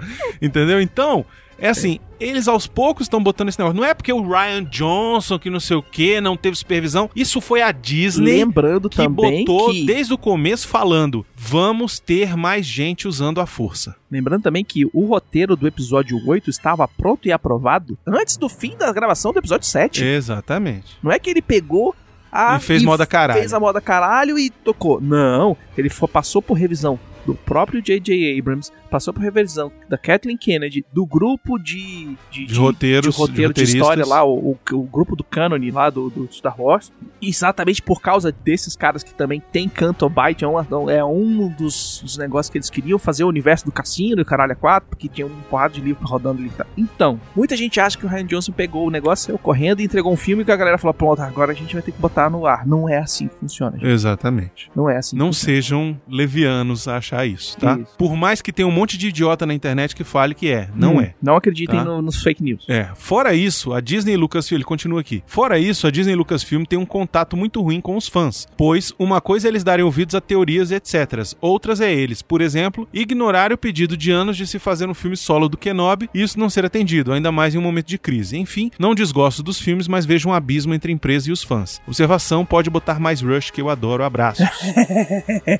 Speaker 1: Entendeu? Então, é assim, eles aos poucos estão botando esse negócio. Não é porque o Ryan Johnson, que não sei o que, não teve supervisão. Isso foi a
Speaker 2: velho.
Speaker 1: Disney
Speaker 2: Lembrando
Speaker 1: que
Speaker 2: também
Speaker 1: botou
Speaker 2: que...
Speaker 1: desde o começo falando: vamos ter mais gente usando a força.
Speaker 2: Lembrando também que o roteiro do episódio 8 estava pronto e aprovado antes do fim da gravação do episódio 7.
Speaker 1: Exatamente.
Speaker 2: Não é que ele pegou a...
Speaker 1: E fez moda caralho.
Speaker 2: Ah, Fez a moda caralho e tocou. Não, ele fo- passou por revisão do próprio J.J. Abrams, passou por revisão da Kathleen Kennedy, do grupo de... De,
Speaker 1: De roteiros,
Speaker 2: de roteiro de,
Speaker 1: roteiristas.
Speaker 2: história lá, o, o- o grupo do Canone lá do, do Star Wars. Exatamente por causa desses caras que também tem Canto Byte, é um, é um dos, dos negócios que eles queriam fazer o universo do cassino e o caralho a quatro, porque tinha um porrado de livro rodando ali. e tal. Então, muita gente acha que o Ryan Johnson pegou o negócio, saiu correndo e entregou um filme que a galera falou: pronto, agora a gente vai ter que botar no ar. Não é assim que funciona, gente.
Speaker 1: Exatamente.
Speaker 2: Não é assim.
Speaker 1: Não
Speaker 2: que funciona.
Speaker 1: sejam levianos a achar isso, tá?
Speaker 2: Isso.
Speaker 1: Por mais que tenha um monte de idiota na internet que fale que é, não
Speaker 2: Hum,
Speaker 1: é.
Speaker 2: Não acreditem
Speaker 1: tá?
Speaker 2: no- nos fake news.
Speaker 1: É, fora isso, a Disney e Lucasfilm, ele continua aqui. Fora isso, a Disney e Lucasfilm tem um contato muito ruim com os fãs, pois uma coisa é eles darem ouvidos a teorias e etc. Outras é eles, por exemplo, ignorar o pedido de anos de se fazer um filme solo do Kenobi e isso não ser atendido, ainda mais em um momento de crise. Enfim, não desgosto dos filmes, mas vejo um abismo entre a empresa e os fãs. Observação, pode botar mais Rush que eu adoro, abraços.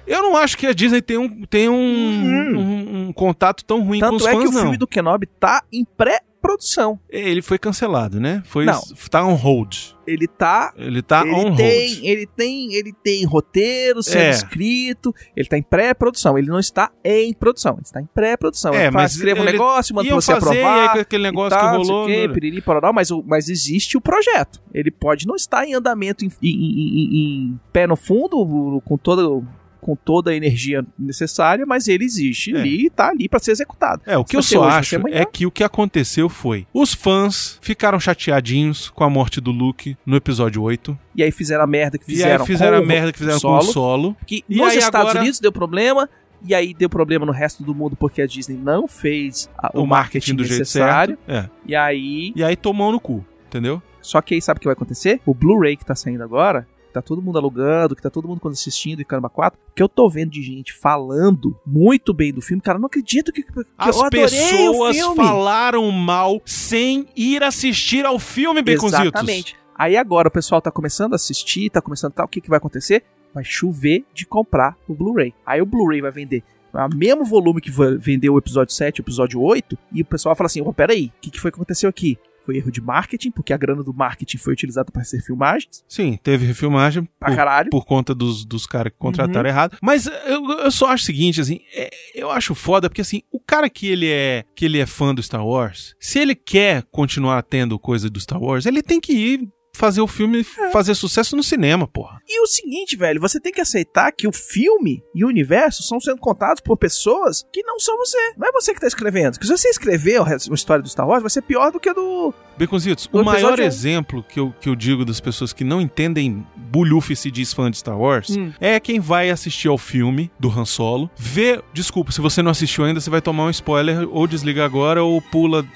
Speaker 1: eu não acho que a Disney tem um, tem um,
Speaker 2: Hum.
Speaker 1: um- um contato tão ruim com os
Speaker 2: Tanto é
Speaker 1: fãs,
Speaker 2: que o
Speaker 1: não.
Speaker 2: filme do Kenobi tá em pré-produção.
Speaker 1: Ele foi cancelado, né? Foi,
Speaker 2: Não.
Speaker 1: Tá on hold.
Speaker 2: Ele tá
Speaker 1: Ele tá on
Speaker 2: ele tem,
Speaker 1: hold.
Speaker 2: ele tem, ele tem roteiro sendo
Speaker 1: É.
Speaker 2: escrito, ele tá em pré-produção, ele não está em produção, ele está em pré-produção.
Speaker 1: É,
Speaker 2: ele faz,
Speaker 1: mas
Speaker 2: escreva um
Speaker 1: ele-
Speaker 2: negócio, manda pra
Speaker 1: Iam
Speaker 2: você
Speaker 1: fazer
Speaker 2: aprovar.
Speaker 1: aí aquele
Speaker 2: e
Speaker 1: negócio
Speaker 2: tal,
Speaker 1: que
Speaker 2: não sei o
Speaker 1: rolou.
Speaker 2: quê,
Speaker 1: né?
Speaker 2: piriri, pororó, mas, o- mas existe o projeto. Ele pode não estar em andamento, em, em- em- em- em pé no fundo, com todo com toda a energia necessária, mas ele existe
Speaker 1: É.
Speaker 2: ali e tá ali pra ser executado.
Speaker 1: É, o que
Speaker 2: Se
Speaker 1: eu
Speaker 2: você
Speaker 1: só
Speaker 2: hoje,
Speaker 1: acho
Speaker 2: você amanhã.
Speaker 1: é que o que aconteceu foi: os fãs ficaram chateadinhos com a morte do Luke no episódio 8.
Speaker 2: E aí fizeram a merda que
Speaker 1: e
Speaker 2: fizeram.
Speaker 1: aí fizeram a
Speaker 2: com o
Speaker 1: merda que fizeram com o solo.
Speaker 2: Porque
Speaker 1: E
Speaker 2: nos
Speaker 1: aí
Speaker 2: Estados
Speaker 1: agora-
Speaker 2: Unidos deu problema, e aí deu problema no resto do mundo porque a Disney não fez a- o, marketing,
Speaker 1: do jeito
Speaker 2: necessário.
Speaker 1: certo. É.
Speaker 2: E aí.
Speaker 1: E aí tomou no cu, entendeu?
Speaker 2: Só que aí sabe o que vai acontecer? O Blu-ray que tá saindo agora, que tá todo mundo alugando, que tá todo mundo quando assistindo e caramba 4, que eu tô vendo de gente falando muito bem do filme, cara, eu não acredito que, que
Speaker 1: As
Speaker 2: eu adorei o
Speaker 1: pessoas
Speaker 2: filme.
Speaker 1: falaram mal sem ir assistir ao filme, Baconzitos.
Speaker 2: Exatamente. Aí agora o pessoal tá começando a assistir, tá começando a tal, o que, que vai acontecer? Vai chover de comprar o Blu-ray. Aí o Blu-ray vai vender o mesmo volume que va- vendeu o episódio 7, o episódio 8, e o pessoal fala assim, "Opa, peraí, o que, que foi que aconteceu aqui? Foi erro de marketing, porque a grana do marketing foi utilizada para ser filmagens,
Speaker 1: Sim, teve refilmagem.
Speaker 2: pra
Speaker 1: por-
Speaker 2: caralho.
Speaker 1: por conta dos, dos caras que contrataram errado. Mas eu, eu só acho o seguinte, assim, é- eu acho foda, porque assim, o cara que ele é que ele é fã do Star Wars, se ele quer continuar tendo coisa do Star Wars, ele tem que ir fazer o filme fazer sucesso no cinema, porra.
Speaker 2: E o seguinte, velho, você tem que aceitar que o filme e o universo são sendo contados por pessoas que não são você. Não é você que tá escrevendo. Porque se você escrever o resto- a história do Star Wars, vai ser pior do que a do.
Speaker 1: Beconzitos,
Speaker 2: O
Speaker 1: o,
Speaker 2: episódio
Speaker 1: maior
Speaker 2: é-
Speaker 1: exemplo que eu, que eu digo das pessoas que não entendem bulhufa e se diz fã de Star Wars
Speaker 2: Hum.
Speaker 1: é quem vai assistir ao filme do Han Solo, vê... Desculpa, se você não assistiu ainda, você vai tomar um spoiler ou desliga agora ou pula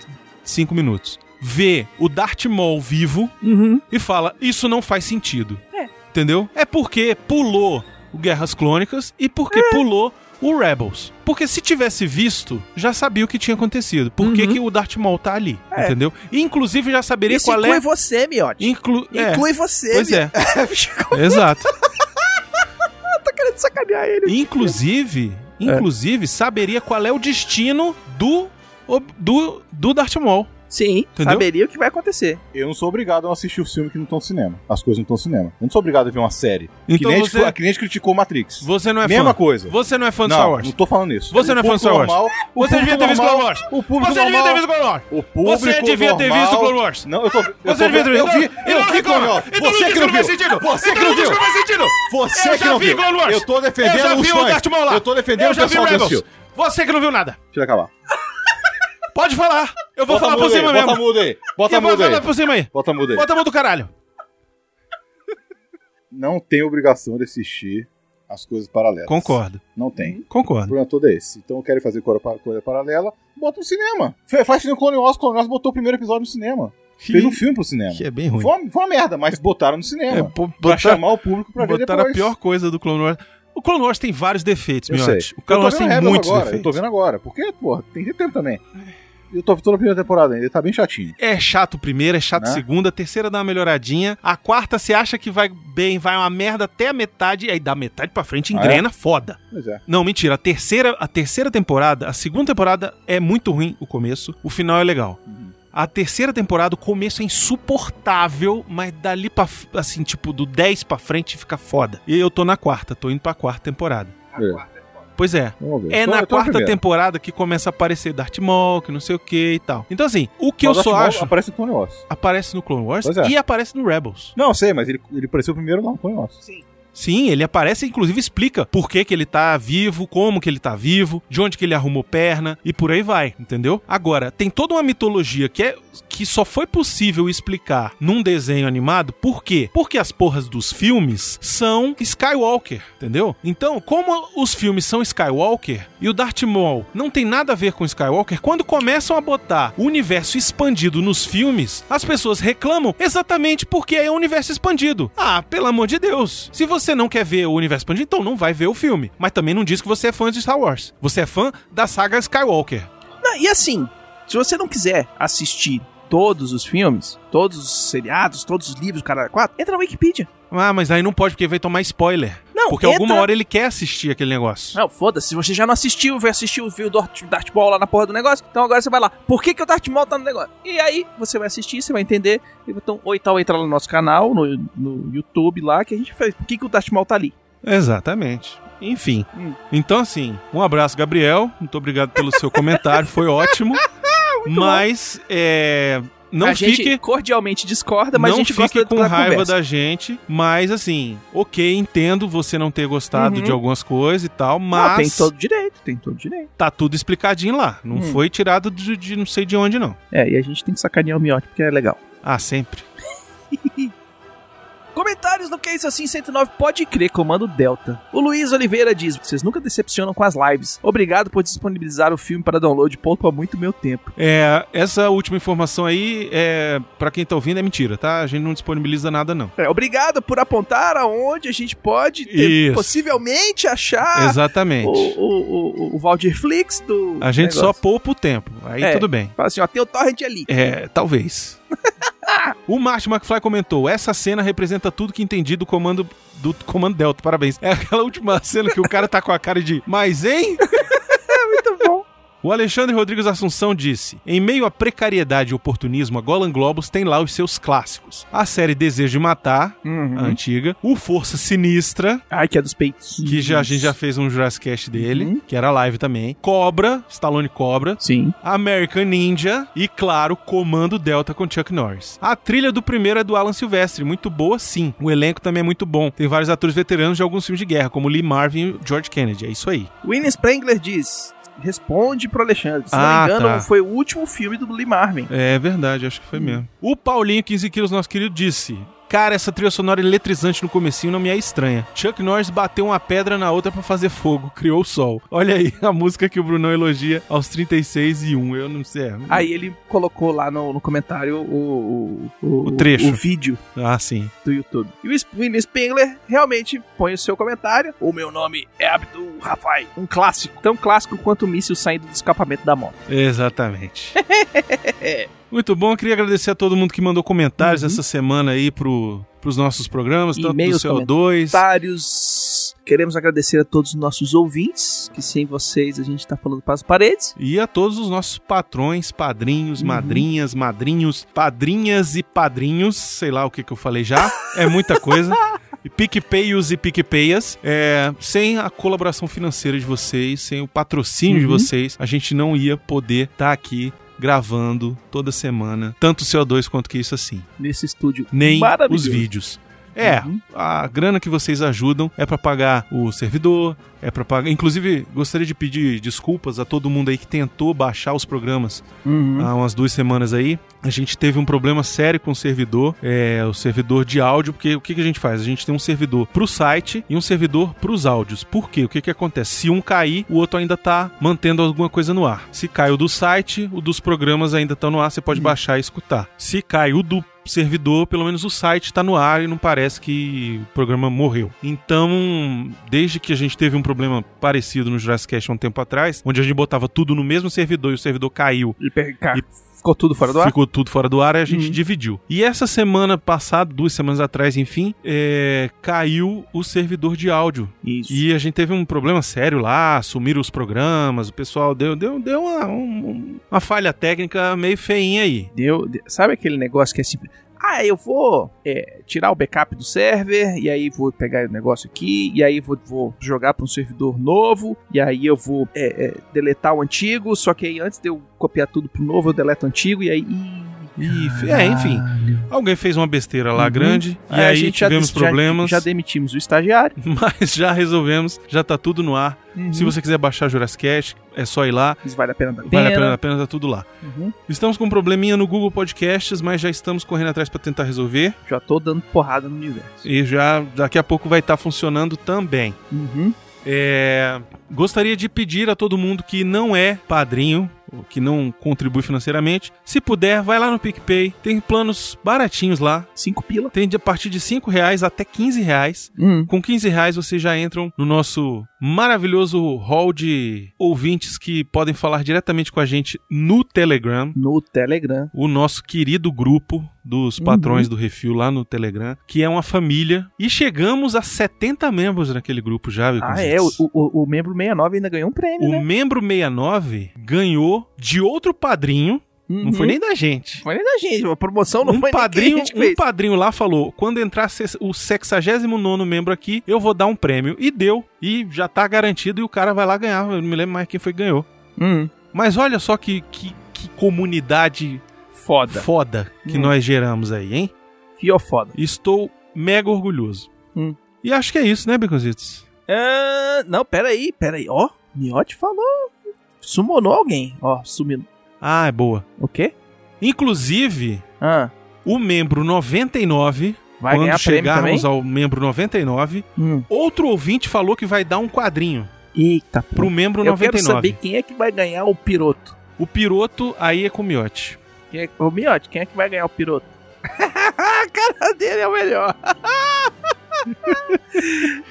Speaker 1: cinco minutos. Vê o Darth Maul vivo
Speaker 2: Uhum.
Speaker 1: e fala, isso não faz sentido.
Speaker 2: É.
Speaker 1: Entendeu? É porque pulou o Guerras Clônicas e porque
Speaker 2: É.
Speaker 1: pulou o Rebels. Porque se tivesse visto, já sabia o que tinha acontecido. Por que,
Speaker 2: Uhum.
Speaker 1: que o Darth Maul tá ali,
Speaker 2: É.
Speaker 1: entendeu? E, inclusive já saberia
Speaker 2: Isso
Speaker 1: qual
Speaker 2: inclui
Speaker 1: é...
Speaker 2: você, Miotti.
Speaker 1: Inclu... é,
Speaker 2: Inclui você,
Speaker 1: Pois é,
Speaker 2: Miotti.
Speaker 1: exato.
Speaker 2: tá querendo sacanear ele.
Speaker 1: Inclusive,
Speaker 2: É.
Speaker 1: inclusive saberia qual é o destino do do, do Darth Maul.
Speaker 2: Sim,
Speaker 1: Entendeu?
Speaker 2: saberia o que vai acontecer.
Speaker 6: Eu não sou obrigado a não assistir o filme que não estão no cinema. As coisas não estão no cinema. Eu não sou obrigado a ver uma série.
Speaker 1: Então
Speaker 6: que, nem a gente-
Speaker 1: você,
Speaker 6: que nem a gente criticou Matrix.
Speaker 1: você não é
Speaker 6: Mesma
Speaker 1: fã.
Speaker 6: coisa.
Speaker 1: Você não é fã de
Speaker 6: não,
Speaker 1: Star Wars.
Speaker 6: não tô falando isso.
Speaker 1: Você
Speaker 6: O
Speaker 1: não é fã
Speaker 6: público
Speaker 1: de Star Wars.
Speaker 6: normal- o
Speaker 1: Você devia
Speaker 6: público
Speaker 1: ter visto
Speaker 6: normal-
Speaker 1: Clone Wars.
Speaker 6: O público
Speaker 1: Você devia
Speaker 6: normal-
Speaker 1: ter visto Clone Wars.
Speaker 6: O público
Speaker 1: Você devia ter visto
Speaker 6: normal-
Speaker 1: Clone Wars.
Speaker 6: Não, eu tô. Eu
Speaker 1: Você
Speaker 6: tô
Speaker 1: devia ter
Speaker 6: eu vi,
Speaker 1: visto.
Speaker 6: eu
Speaker 1: E não
Speaker 6: vi Clone
Speaker 1: reclama.
Speaker 6: Wars.
Speaker 1: E tu
Speaker 6: Você que não
Speaker 1: não diz que é. Então, não faz
Speaker 6: viu.
Speaker 1: sentido.
Speaker 6: Você
Speaker 1: E tu
Speaker 6: que não
Speaker 1: não diz
Speaker 6: viu.
Speaker 1: que não faz sentido.
Speaker 6: Você
Speaker 1: Eu
Speaker 6: que
Speaker 1: já
Speaker 6: não
Speaker 1: vi
Speaker 6: viu.
Speaker 1: Clone Wars.
Speaker 6: Eu tô
Speaker 1: Eu já
Speaker 6: defendendo os
Speaker 1: vi o
Speaker 6: fãs.
Speaker 1: Darth Maul lá.
Speaker 6: Eu tô defendendo
Speaker 1: Eu
Speaker 6: o
Speaker 1: já vi
Speaker 6: pessoal que
Speaker 1: Rebels.
Speaker 6: assistiu.
Speaker 1: Você que não viu nada.
Speaker 6: Deixa eu acabar.
Speaker 1: Pode falar. Eu vou
Speaker 6: Bota
Speaker 1: falar por
Speaker 6: mudo aí,
Speaker 1: cima
Speaker 6: Bota
Speaker 1: mesmo.
Speaker 6: mudo aí. Bota
Speaker 1: Eu vou
Speaker 6: mudo
Speaker 1: falar
Speaker 6: aí.
Speaker 1: por cima aí.
Speaker 6: Bota mudo aí.
Speaker 1: Bota a mão do caralho.
Speaker 6: Não tem obrigação de assistir as coisas paralelas.
Speaker 1: Concordo.
Speaker 6: Não tem. O
Speaker 1: Concordo.
Speaker 6: problema todo é esse. Então eu quero fazer cor- coisa paralela, bota no cinema. Fe- Faz que nem o Clone Wars, o Clone Wars botou o primeiro episódio no cinema. Fez um filme pro cinema.
Speaker 1: Que é bem
Speaker 6: Foi
Speaker 1: ruim.
Speaker 6: uma, foi uma merda, mas botaram no cinema.
Speaker 1: É, pô,
Speaker 6: pra
Speaker 1: botar-
Speaker 6: chamar o público pra ver
Speaker 1: Botaram a
Speaker 6: depois.
Speaker 1: pior coisa do Clone Wars. O Clone Wars tem vários defeitos,
Speaker 6: Eu sei.
Speaker 1: Miotti. O Clone
Speaker 6: eu
Speaker 1: Wars
Speaker 6: tô vendo
Speaker 1: tem
Speaker 6: Rebels
Speaker 1: muitos
Speaker 6: agora, Eu tô
Speaker 1: defeitos.
Speaker 6: vendo agora. Porque, porra, tem tempo também. Eu tô, tô na primeira temporada ainda, tá bem chatinho.
Speaker 1: É chato o primeiro, é chato a
Speaker 6: Né?
Speaker 1: segunda, a terceira dá uma melhoradinha, a quarta você acha que vai bem, vai uma merda até a metade, aí da metade pra frente
Speaker 6: Ah, é?
Speaker 1: engrena, foda.
Speaker 6: Pois é.
Speaker 1: Não, mentira, a terceira, a terceira temporada, a segunda temporada é muito ruim o começo, o final é legal.
Speaker 6: Uhum.
Speaker 1: A terceira temporada, o começo é insuportável, mas dali pra, f- assim, tipo, do 10 pra frente fica foda. E eu tô na quarta, tô indo pra quarta temporada.
Speaker 6: É.
Speaker 1: Pois é,
Speaker 6: Vamos ver.
Speaker 1: é
Speaker 6: Tô-
Speaker 1: na
Speaker 6: eu tô
Speaker 1: quarta
Speaker 6: primeira.
Speaker 1: temporada que começa a aparecer Darth Maul, que não sei o que e tal. Então, assim, o que
Speaker 6: Mas
Speaker 1: eu só
Speaker 6: Darth Maul
Speaker 1: acho
Speaker 6: Aparece no Clone Wars.
Speaker 1: aparece no Clone Wars
Speaker 6: Pois é.
Speaker 1: e aparece no Rebels.
Speaker 6: Não, eu sei, mas ele, ele apareceu primeiro lá no Clone Wars.
Speaker 1: Sim, ele aparece e inclusive explica por que, que ele tá vivo, como que ele tá vivo, de onde que ele arrumou perna e por aí vai, entendeu? Agora, tem toda uma mitologia que é que só foi possível explicar num desenho animado, por quê? Porque as porras dos filmes são Skywalker, entendeu? Então, como os filmes são Skywalker e o Darth Maul não tem nada a ver com Skywalker, quando começam a botar o universo expandido nos filmes, as pessoas reclamam exatamente porque é o universo expandido. Ah, pelo amor de Deus. Se você não quer ver o universo expandido, então não vai ver o filme. Mas também não diz que você é fã de Star Wars. Você é fã da saga Skywalker.
Speaker 2: Não, e assim, se você não quiser assistir todos os filmes, todos os seriados, todos os livros, cara, quatro, entra na Wikipedia.
Speaker 1: Ah, mas aí não pode porque vai tomar spoiler.
Speaker 2: Não,
Speaker 1: Porque
Speaker 2: entra...
Speaker 1: alguma hora ele quer assistir aquele negócio.
Speaker 2: Não, foda-se, você já não assistiu, vai assistir o viu o Darth, Darth Maul lá na porra do negócio, então agora você vai lá, por que, que o Darth Maul tá no negócio? E aí, você vai assistir, você vai entender, então, ou então entra lá no nosso canal, no, no YouTube lá, que a gente fez, por que, que o Darth Maul tá ali?
Speaker 1: Exatamente. Enfim.
Speaker 2: Hum.
Speaker 1: Então, assim, um abraço, Gabriel. Muito obrigado pelo seu comentário, foi ótimo. mas, é. Não
Speaker 2: a
Speaker 1: fique.
Speaker 2: gente cordialmente discorda, mas
Speaker 1: não
Speaker 2: a gente
Speaker 1: fique
Speaker 2: gosta
Speaker 1: com
Speaker 2: da
Speaker 1: raiva
Speaker 2: conversa.
Speaker 1: da gente, mas assim, ok, entendo você não ter gostado
Speaker 2: Uhum.
Speaker 1: de algumas coisas e tal,
Speaker 2: Ah,
Speaker 1: mas
Speaker 2: tem todo direito, tem todo direito.
Speaker 1: tá tudo explicadinho lá. Não
Speaker 2: Hum.
Speaker 1: foi tirado de, de não sei de onde, não.
Speaker 2: É, e a gente tem que sacanear o Miotti, porque é legal.
Speaker 1: Ah, sempre.
Speaker 2: Comentários no Que Isso Assim 109 Pode Crer, Comando Delta. O Luiz Oliveira diz, vocês nunca decepcionam com as lives. Obrigado por disponibilizar o filme para download, poupa muito meu tempo.
Speaker 1: É, essa última informação aí, é, para quem tá ouvindo, é mentira, tá? A gente não disponibiliza nada, não.
Speaker 2: É, obrigado por apontar aonde a gente pode ter,
Speaker 1: Isso.
Speaker 2: possivelmente achar Ah, o,
Speaker 1: Exatamente.
Speaker 2: o, o, o Valdir Flix do
Speaker 1: A gente só
Speaker 2: negócio.
Speaker 1: poupa o tempo, aí
Speaker 2: É.
Speaker 1: tudo bem.
Speaker 2: Fala assim, ó, tem o torrent ali.
Speaker 1: É, talvez. o Martin McFly comentou: essa cena representa tudo que entendi do comando do comando Delta. Parabéns. É aquela última cena que o cara tá com a cara de mas hein?
Speaker 2: Muito bom.
Speaker 1: O Alexandre Rodrigues Assunção disse: Em meio à precariedade e oportunismo, a Golan Globus tem lá os seus clássicos. A série Desejo de Matar, a antiga, o Força Sinistra,
Speaker 2: Ai, Uhum. que é dos peitos.
Speaker 1: que já, a gente já fez um Jurassic Cast dele, que era live também. Cobra, Stallone Cobra.
Speaker 2: Sim.
Speaker 1: American Ninja e, claro, Comando Delta com Chuck Norris. A trilha do primeiro é do Alan Silvestre, muito boa sim. O elenco também é muito bom. Tem vários atores veteranos de alguns filmes de guerra, como Lee Marvin e George Kennedy. É isso aí.
Speaker 2: Winnie Sprengler diz. Responde pro Alexandre. Se
Speaker 1: Ah,
Speaker 2: não me engano,
Speaker 1: tá.
Speaker 2: foi o último filme do Lee Marvin.
Speaker 1: É verdade, acho que foi mesmo. O Paulinho 15 quilos, nosso querido, disse... Cara, essa trilha sonora eletrizante no comecinho não me é estranha. Chuck Norris bateu uma pedra na outra pra fazer fogo, criou o sol. Olha aí a música que o Brunão elogia aos 36 e 1, eu não sei. é.
Speaker 2: Aí ele colocou lá no, no comentário o, o,
Speaker 1: O trecho.
Speaker 2: o vídeo
Speaker 1: Ah, sim.
Speaker 2: do YouTube. E o Sp- Winnie Spengler realmente põe o seu comentário. O meu nome é Abdul Rafai. Um clássico. Tão clássico quanto o míssil saindo do escapamento da moto.
Speaker 1: Exatamente. Muito bom, eu queria agradecer a todo mundo que mandou comentários essa semana aí pro, pros nossos programas, tanto do
Speaker 2: E-mails,
Speaker 1: CO2.
Speaker 2: Comentários. Queremos agradecer a todos os nossos ouvintes, que sem vocês a gente tá falando para as paredes.
Speaker 1: E a todos os nossos patrões, padrinhos,
Speaker 2: Uhum.
Speaker 1: madrinhas, madrinhos, padrinhas e padrinhos, sei lá o que, que eu falei já, é muita coisa. E PicPeios e PicPeias. É, sem a colaboração financeira de vocês, sem o patrocínio de
Speaker 2: Uhum.
Speaker 1: vocês, a gente não ia poder estar aqui gravando toda semana, tanto o CO2 quanto que isso assim.
Speaker 2: Nesse estúdio.
Speaker 1: nem os
Speaker 2: maravilhoso.
Speaker 1: vídeos. É,
Speaker 2: Uhum.
Speaker 1: a grana que vocês ajudam é pra pagar o servidor, é pra pagar. Inclusive, gostaria de pedir desculpas a todo mundo aí que tentou baixar os programas
Speaker 2: Uhum.
Speaker 1: há umas duas semanas aí. A gente teve um problema sério com o servidor, é, o servidor de áudio, porque o que, que a gente faz? A gente tem um servidor pro site e um servidor pros áudios. Por quê? O que, que acontece? Se um cair, o outro ainda tá mantendo alguma coisa no ar. Se cai o do site, o dos programas ainda estão no ar, você pode baixar e escutar. Se cai o do servidor, pelo menos o site tá no ar e não parece que o programa morreu. Então, desde que a gente teve um problema parecido no Jurassic Cast há um tempo atrás, onde a gente botava tudo no mesmo servidor e o servidor caiu
Speaker 2: Ele pega-
Speaker 1: E-
Speaker 2: Ficou tudo fora do ar?
Speaker 1: Ficou tudo fora do ar e a gente
Speaker 2: Uhum.
Speaker 1: dividiu. E essa semana passada, duas semanas atrás, enfim, é, caiu o servidor de áudio.
Speaker 2: Isso.
Speaker 1: E a gente teve um problema sério lá, sumiram os programas, o pessoal deu, deu, deu uma, um- uma falha técnica meio feinha aí.
Speaker 2: Deu, de- sabe aquele negócio que é assim? Ah, eu vou é, tirar o backup do server, e aí vou pegar o negócio aqui, e aí vou, vou jogar para um servidor novo, e aí eu vou é, é, deletar o antigo, só que aí antes de eu copiar tudo pro novo, eu deleto o antigo, e aí.
Speaker 1: E, fe- é, enfim, alguém fez uma besteira lá
Speaker 2: Uhum.
Speaker 1: grande, e
Speaker 2: a
Speaker 1: aí,
Speaker 2: gente já
Speaker 1: tivemos
Speaker 2: des- já-
Speaker 1: problemas,
Speaker 2: Já, demitimos o estagiário. Uhum.
Speaker 1: mas já resolvemos, já tá tudo no ar. Se você quiser baixar Jurassic Cast, é só ir lá,
Speaker 2: Isso vale a pena da pena.
Speaker 1: vale a pena, a pena tá tudo lá.
Speaker 2: Uhum.
Speaker 1: Estamos com um probleminha no Google Podcasts, mas já estamos correndo atrás para tentar resolver
Speaker 2: Já tô dando porrada no universo.
Speaker 1: e já daqui a pouco vai estar funcionando também.
Speaker 2: Uhum.
Speaker 1: É, gostaria de pedir a todo mundo que não é padrinho, ou que não contribui financeiramente, se puder, vai lá no PicPay, tem planos baratinhos lá,
Speaker 2: Cinco pila.
Speaker 1: tem de a partir de 5 reais até 15 reais. Com 15 reais vocês já entram no nosso maravilhoso hall de ouvintes que podem falar diretamente com a gente no Telegram
Speaker 2: No Telegram.
Speaker 1: o nosso querido grupo dos
Speaker 2: Uhum.
Speaker 1: patrões do Refil lá no Telegram, que é uma família. E chegamos a 70 membros naquele grupo já, viu?
Speaker 2: Ah,
Speaker 1: Conzites?
Speaker 2: é. O, o, o membro 69 ainda ganhou um prêmio,
Speaker 1: O
Speaker 2: né?
Speaker 1: membro 69 ganhou de outro padrinho, não foi
Speaker 2: Uhum.
Speaker 1: nem da gente.
Speaker 2: Foi nem da gente, a promoção não
Speaker 1: um
Speaker 2: foi nem
Speaker 1: padrinho,
Speaker 2: que a gente
Speaker 1: um
Speaker 2: fez.
Speaker 1: padrinho lá falou: quando entrar ses- o 69 membro aqui, eu vou dar um prêmio. E deu. E já tá garantido. E o cara vai lá ganhar. Eu não me lembro mais quem foi que ganhou.
Speaker 2: Hum,
Speaker 1: Mas olha só que, que, que comunidade
Speaker 2: foda.
Speaker 1: foda que
Speaker 2: Hum.
Speaker 1: nós geramos aí, hein?
Speaker 2: Fio foda.
Speaker 1: Estou mega orgulhoso.
Speaker 2: Hum.
Speaker 1: E acho que é isso, né, Beconzitos?
Speaker 2: Ah, não, peraí, peraí. Ó, Miotti falou. Sumonou alguém. Ó, sumiu.
Speaker 1: Ah, é boa.
Speaker 2: O quê?
Speaker 1: Inclusive,
Speaker 2: Ah,
Speaker 1: o membro 99,
Speaker 2: vai
Speaker 1: quando
Speaker 2: ganhar prêmio também?
Speaker 1: chegarmos ao membro 99,
Speaker 2: Hum.
Speaker 1: outro ouvinte falou que vai dar um quadrinho
Speaker 2: Eita, pô.
Speaker 1: pro membro
Speaker 2: Eu
Speaker 1: 99.
Speaker 2: quero saber quem é que vai ganhar o piroto.
Speaker 1: O piroto aí é com o miote.
Speaker 2: Quem é... Ô, Miotti, quem é que vai ganhar o piroto? a cara dele é o melhor.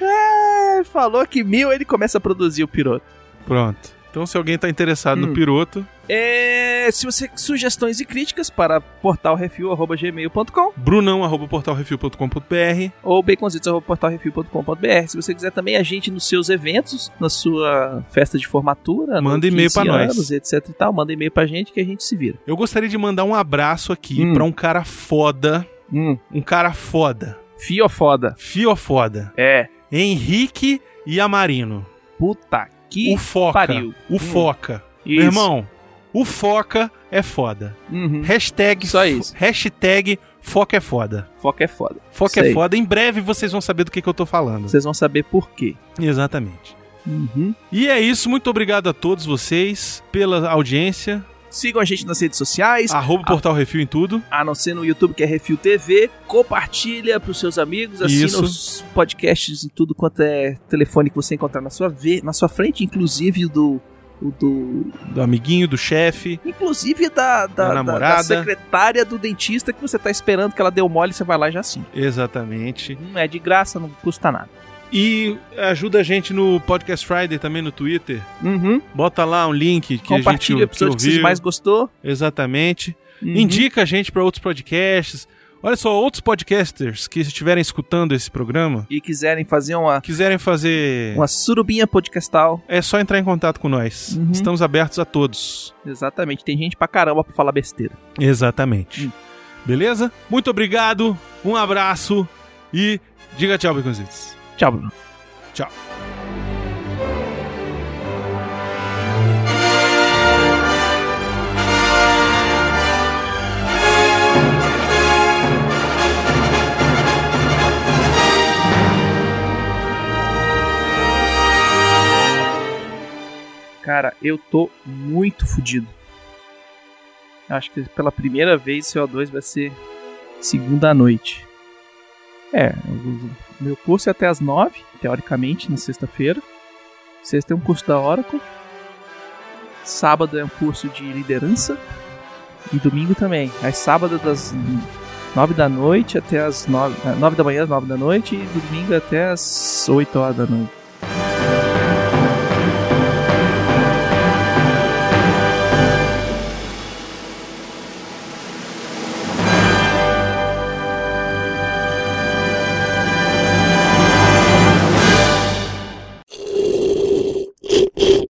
Speaker 2: É, falou que mil ele começa a produzir o piroto.
Speaker 1: Pronto. Então, se alguém tá interessado no
Speaker 2: Hum.
Speaker 1: piroto,
Speaker 2: É, É, se você sugestões e críticas para portalrefil@gmail.com
Speaker 1: Brunão, arroba portalrefil.com.br.
Speaker 2: ou baconzitos@portalrefil.com.br. Se você quiser também a gente nos seus eventos, na sua festa de formatura, no
Speaker 1: Manda e-mail
Speaker 2: 15
Speaker 1: pra nós.
Speaker 2: anos, etc e tal, manda e-mail pra gente que a gente se vira.
Speaker 1: Eu gostaria de mandar um abraço aqui
Speaker 2: Hum.
Speaker 1: pra um cara foda.
Speaker 2: Hum,
Speaker 1: Um cara foda.
Speaker 2: fio é foda.
Speaker 1: Fio foda.
Speaker 2: É,
Speaker 1: Henrique Iamarino.
Speaker 2: puta que
Speaker 1: o Foca.
Speaker 2: pariu.
Speaker 1: O
Speaker 2: Hum.
Speaker 1: Foca.
Speaker 2: Isso.
Speaker 1: Meu irmão, o Foca é foda.
Speaker 2: Uhum.
Speaker 1: Hashtag,
Speaker 2: Só isso.
Speaker 1: hashtag Foca é foda.
Speaker 2: Foca é foda.
Speaker 1: Foca é
Speaker 2: Sei.
Speaker 1: foda. Em breve vocês vão saber do que, que eu tô falando.
Speaker 2: Vocês vão saber por quê.
Speaker 1: Exatamente.
Speaker 2: Uhum.
Speaker 1: E é isso. Muito obrigado a todos vocês pela audiência.
Speaker 2: Sigam a gente nas redes sociais,
Speaker 1: Arroba o Portal Refil em tudo.
Speaker 2: a não ser no YouTube, que é Refil TV. Compartilha pros seus amigos, assina
Speaker 1: Isso.
Speaker 2: os podcasts em tudo quanto é telefone que você encontrar na sua, ve- na sua frente, inclusive o do. O do.
Speaker 1: Do amiguinho, do chefe.
Speaker 2: Inclusive
Speaker 1: Da
Speaker 2: da, da, da- da
Speaker 1: namorada.
Speaker 2: secretária do dentista que você tá esperando que ela dê o mole, você vai lá e já assina.
Speaker 1: Exatamente.
Speaker 2: Não é de graça, não custa nada.
Speaker 1: E ajuda a gente no Podcast Friday também no Twitter.
Speaker 2: Uhum.
Speaker 1: Bota lá um link que a gente
Speaker 2: Compartilha
Speaker 1: que
Speaker 2: a pessoa que você
Speaker 1: ouviu.
Speaker 2: mais gostou.
Speaker 1: Exatamente.
Speaker 2: Uhum.
Speaker 1: Indica a gente para outros podcasts. Olha só, outros podcasters que estiverem escutando esse programa,
Speaker 2: E quiserem fazer uma,
Speaker 1: quiserem fazer.
Speaker 2: uma surubinha podcastal.
Speaker 1: É só entrar em contato com nós.
Speaker 2: Uhum.
Speaker 1: Estamos abertos a todos.
Speaker 2: Exatamente. Tem gente pra caramba pra falar besteira.
Speaker 1: Exatamente.
Speaker 2: Hum.
Speaker 1: Beleza? Muito obrigado, um abraço e diga tchau, Beconzitos.
Speaker 2: Tchau, Bruno. Cara, eu tô muito fudido. Acho que pela primeira vez CO2 vai ser segunda à noite. É, o- o meu curso é até às nove, teoricamente, na sexta-feira. Sexta é um curso da Oracle. Sábado é um curso de liderança. E domingo também. Aí sábado é das nove ah, da noite até as nove, eh, nove da manhã, é às nove da noite. E domingo até às oito horas da noite.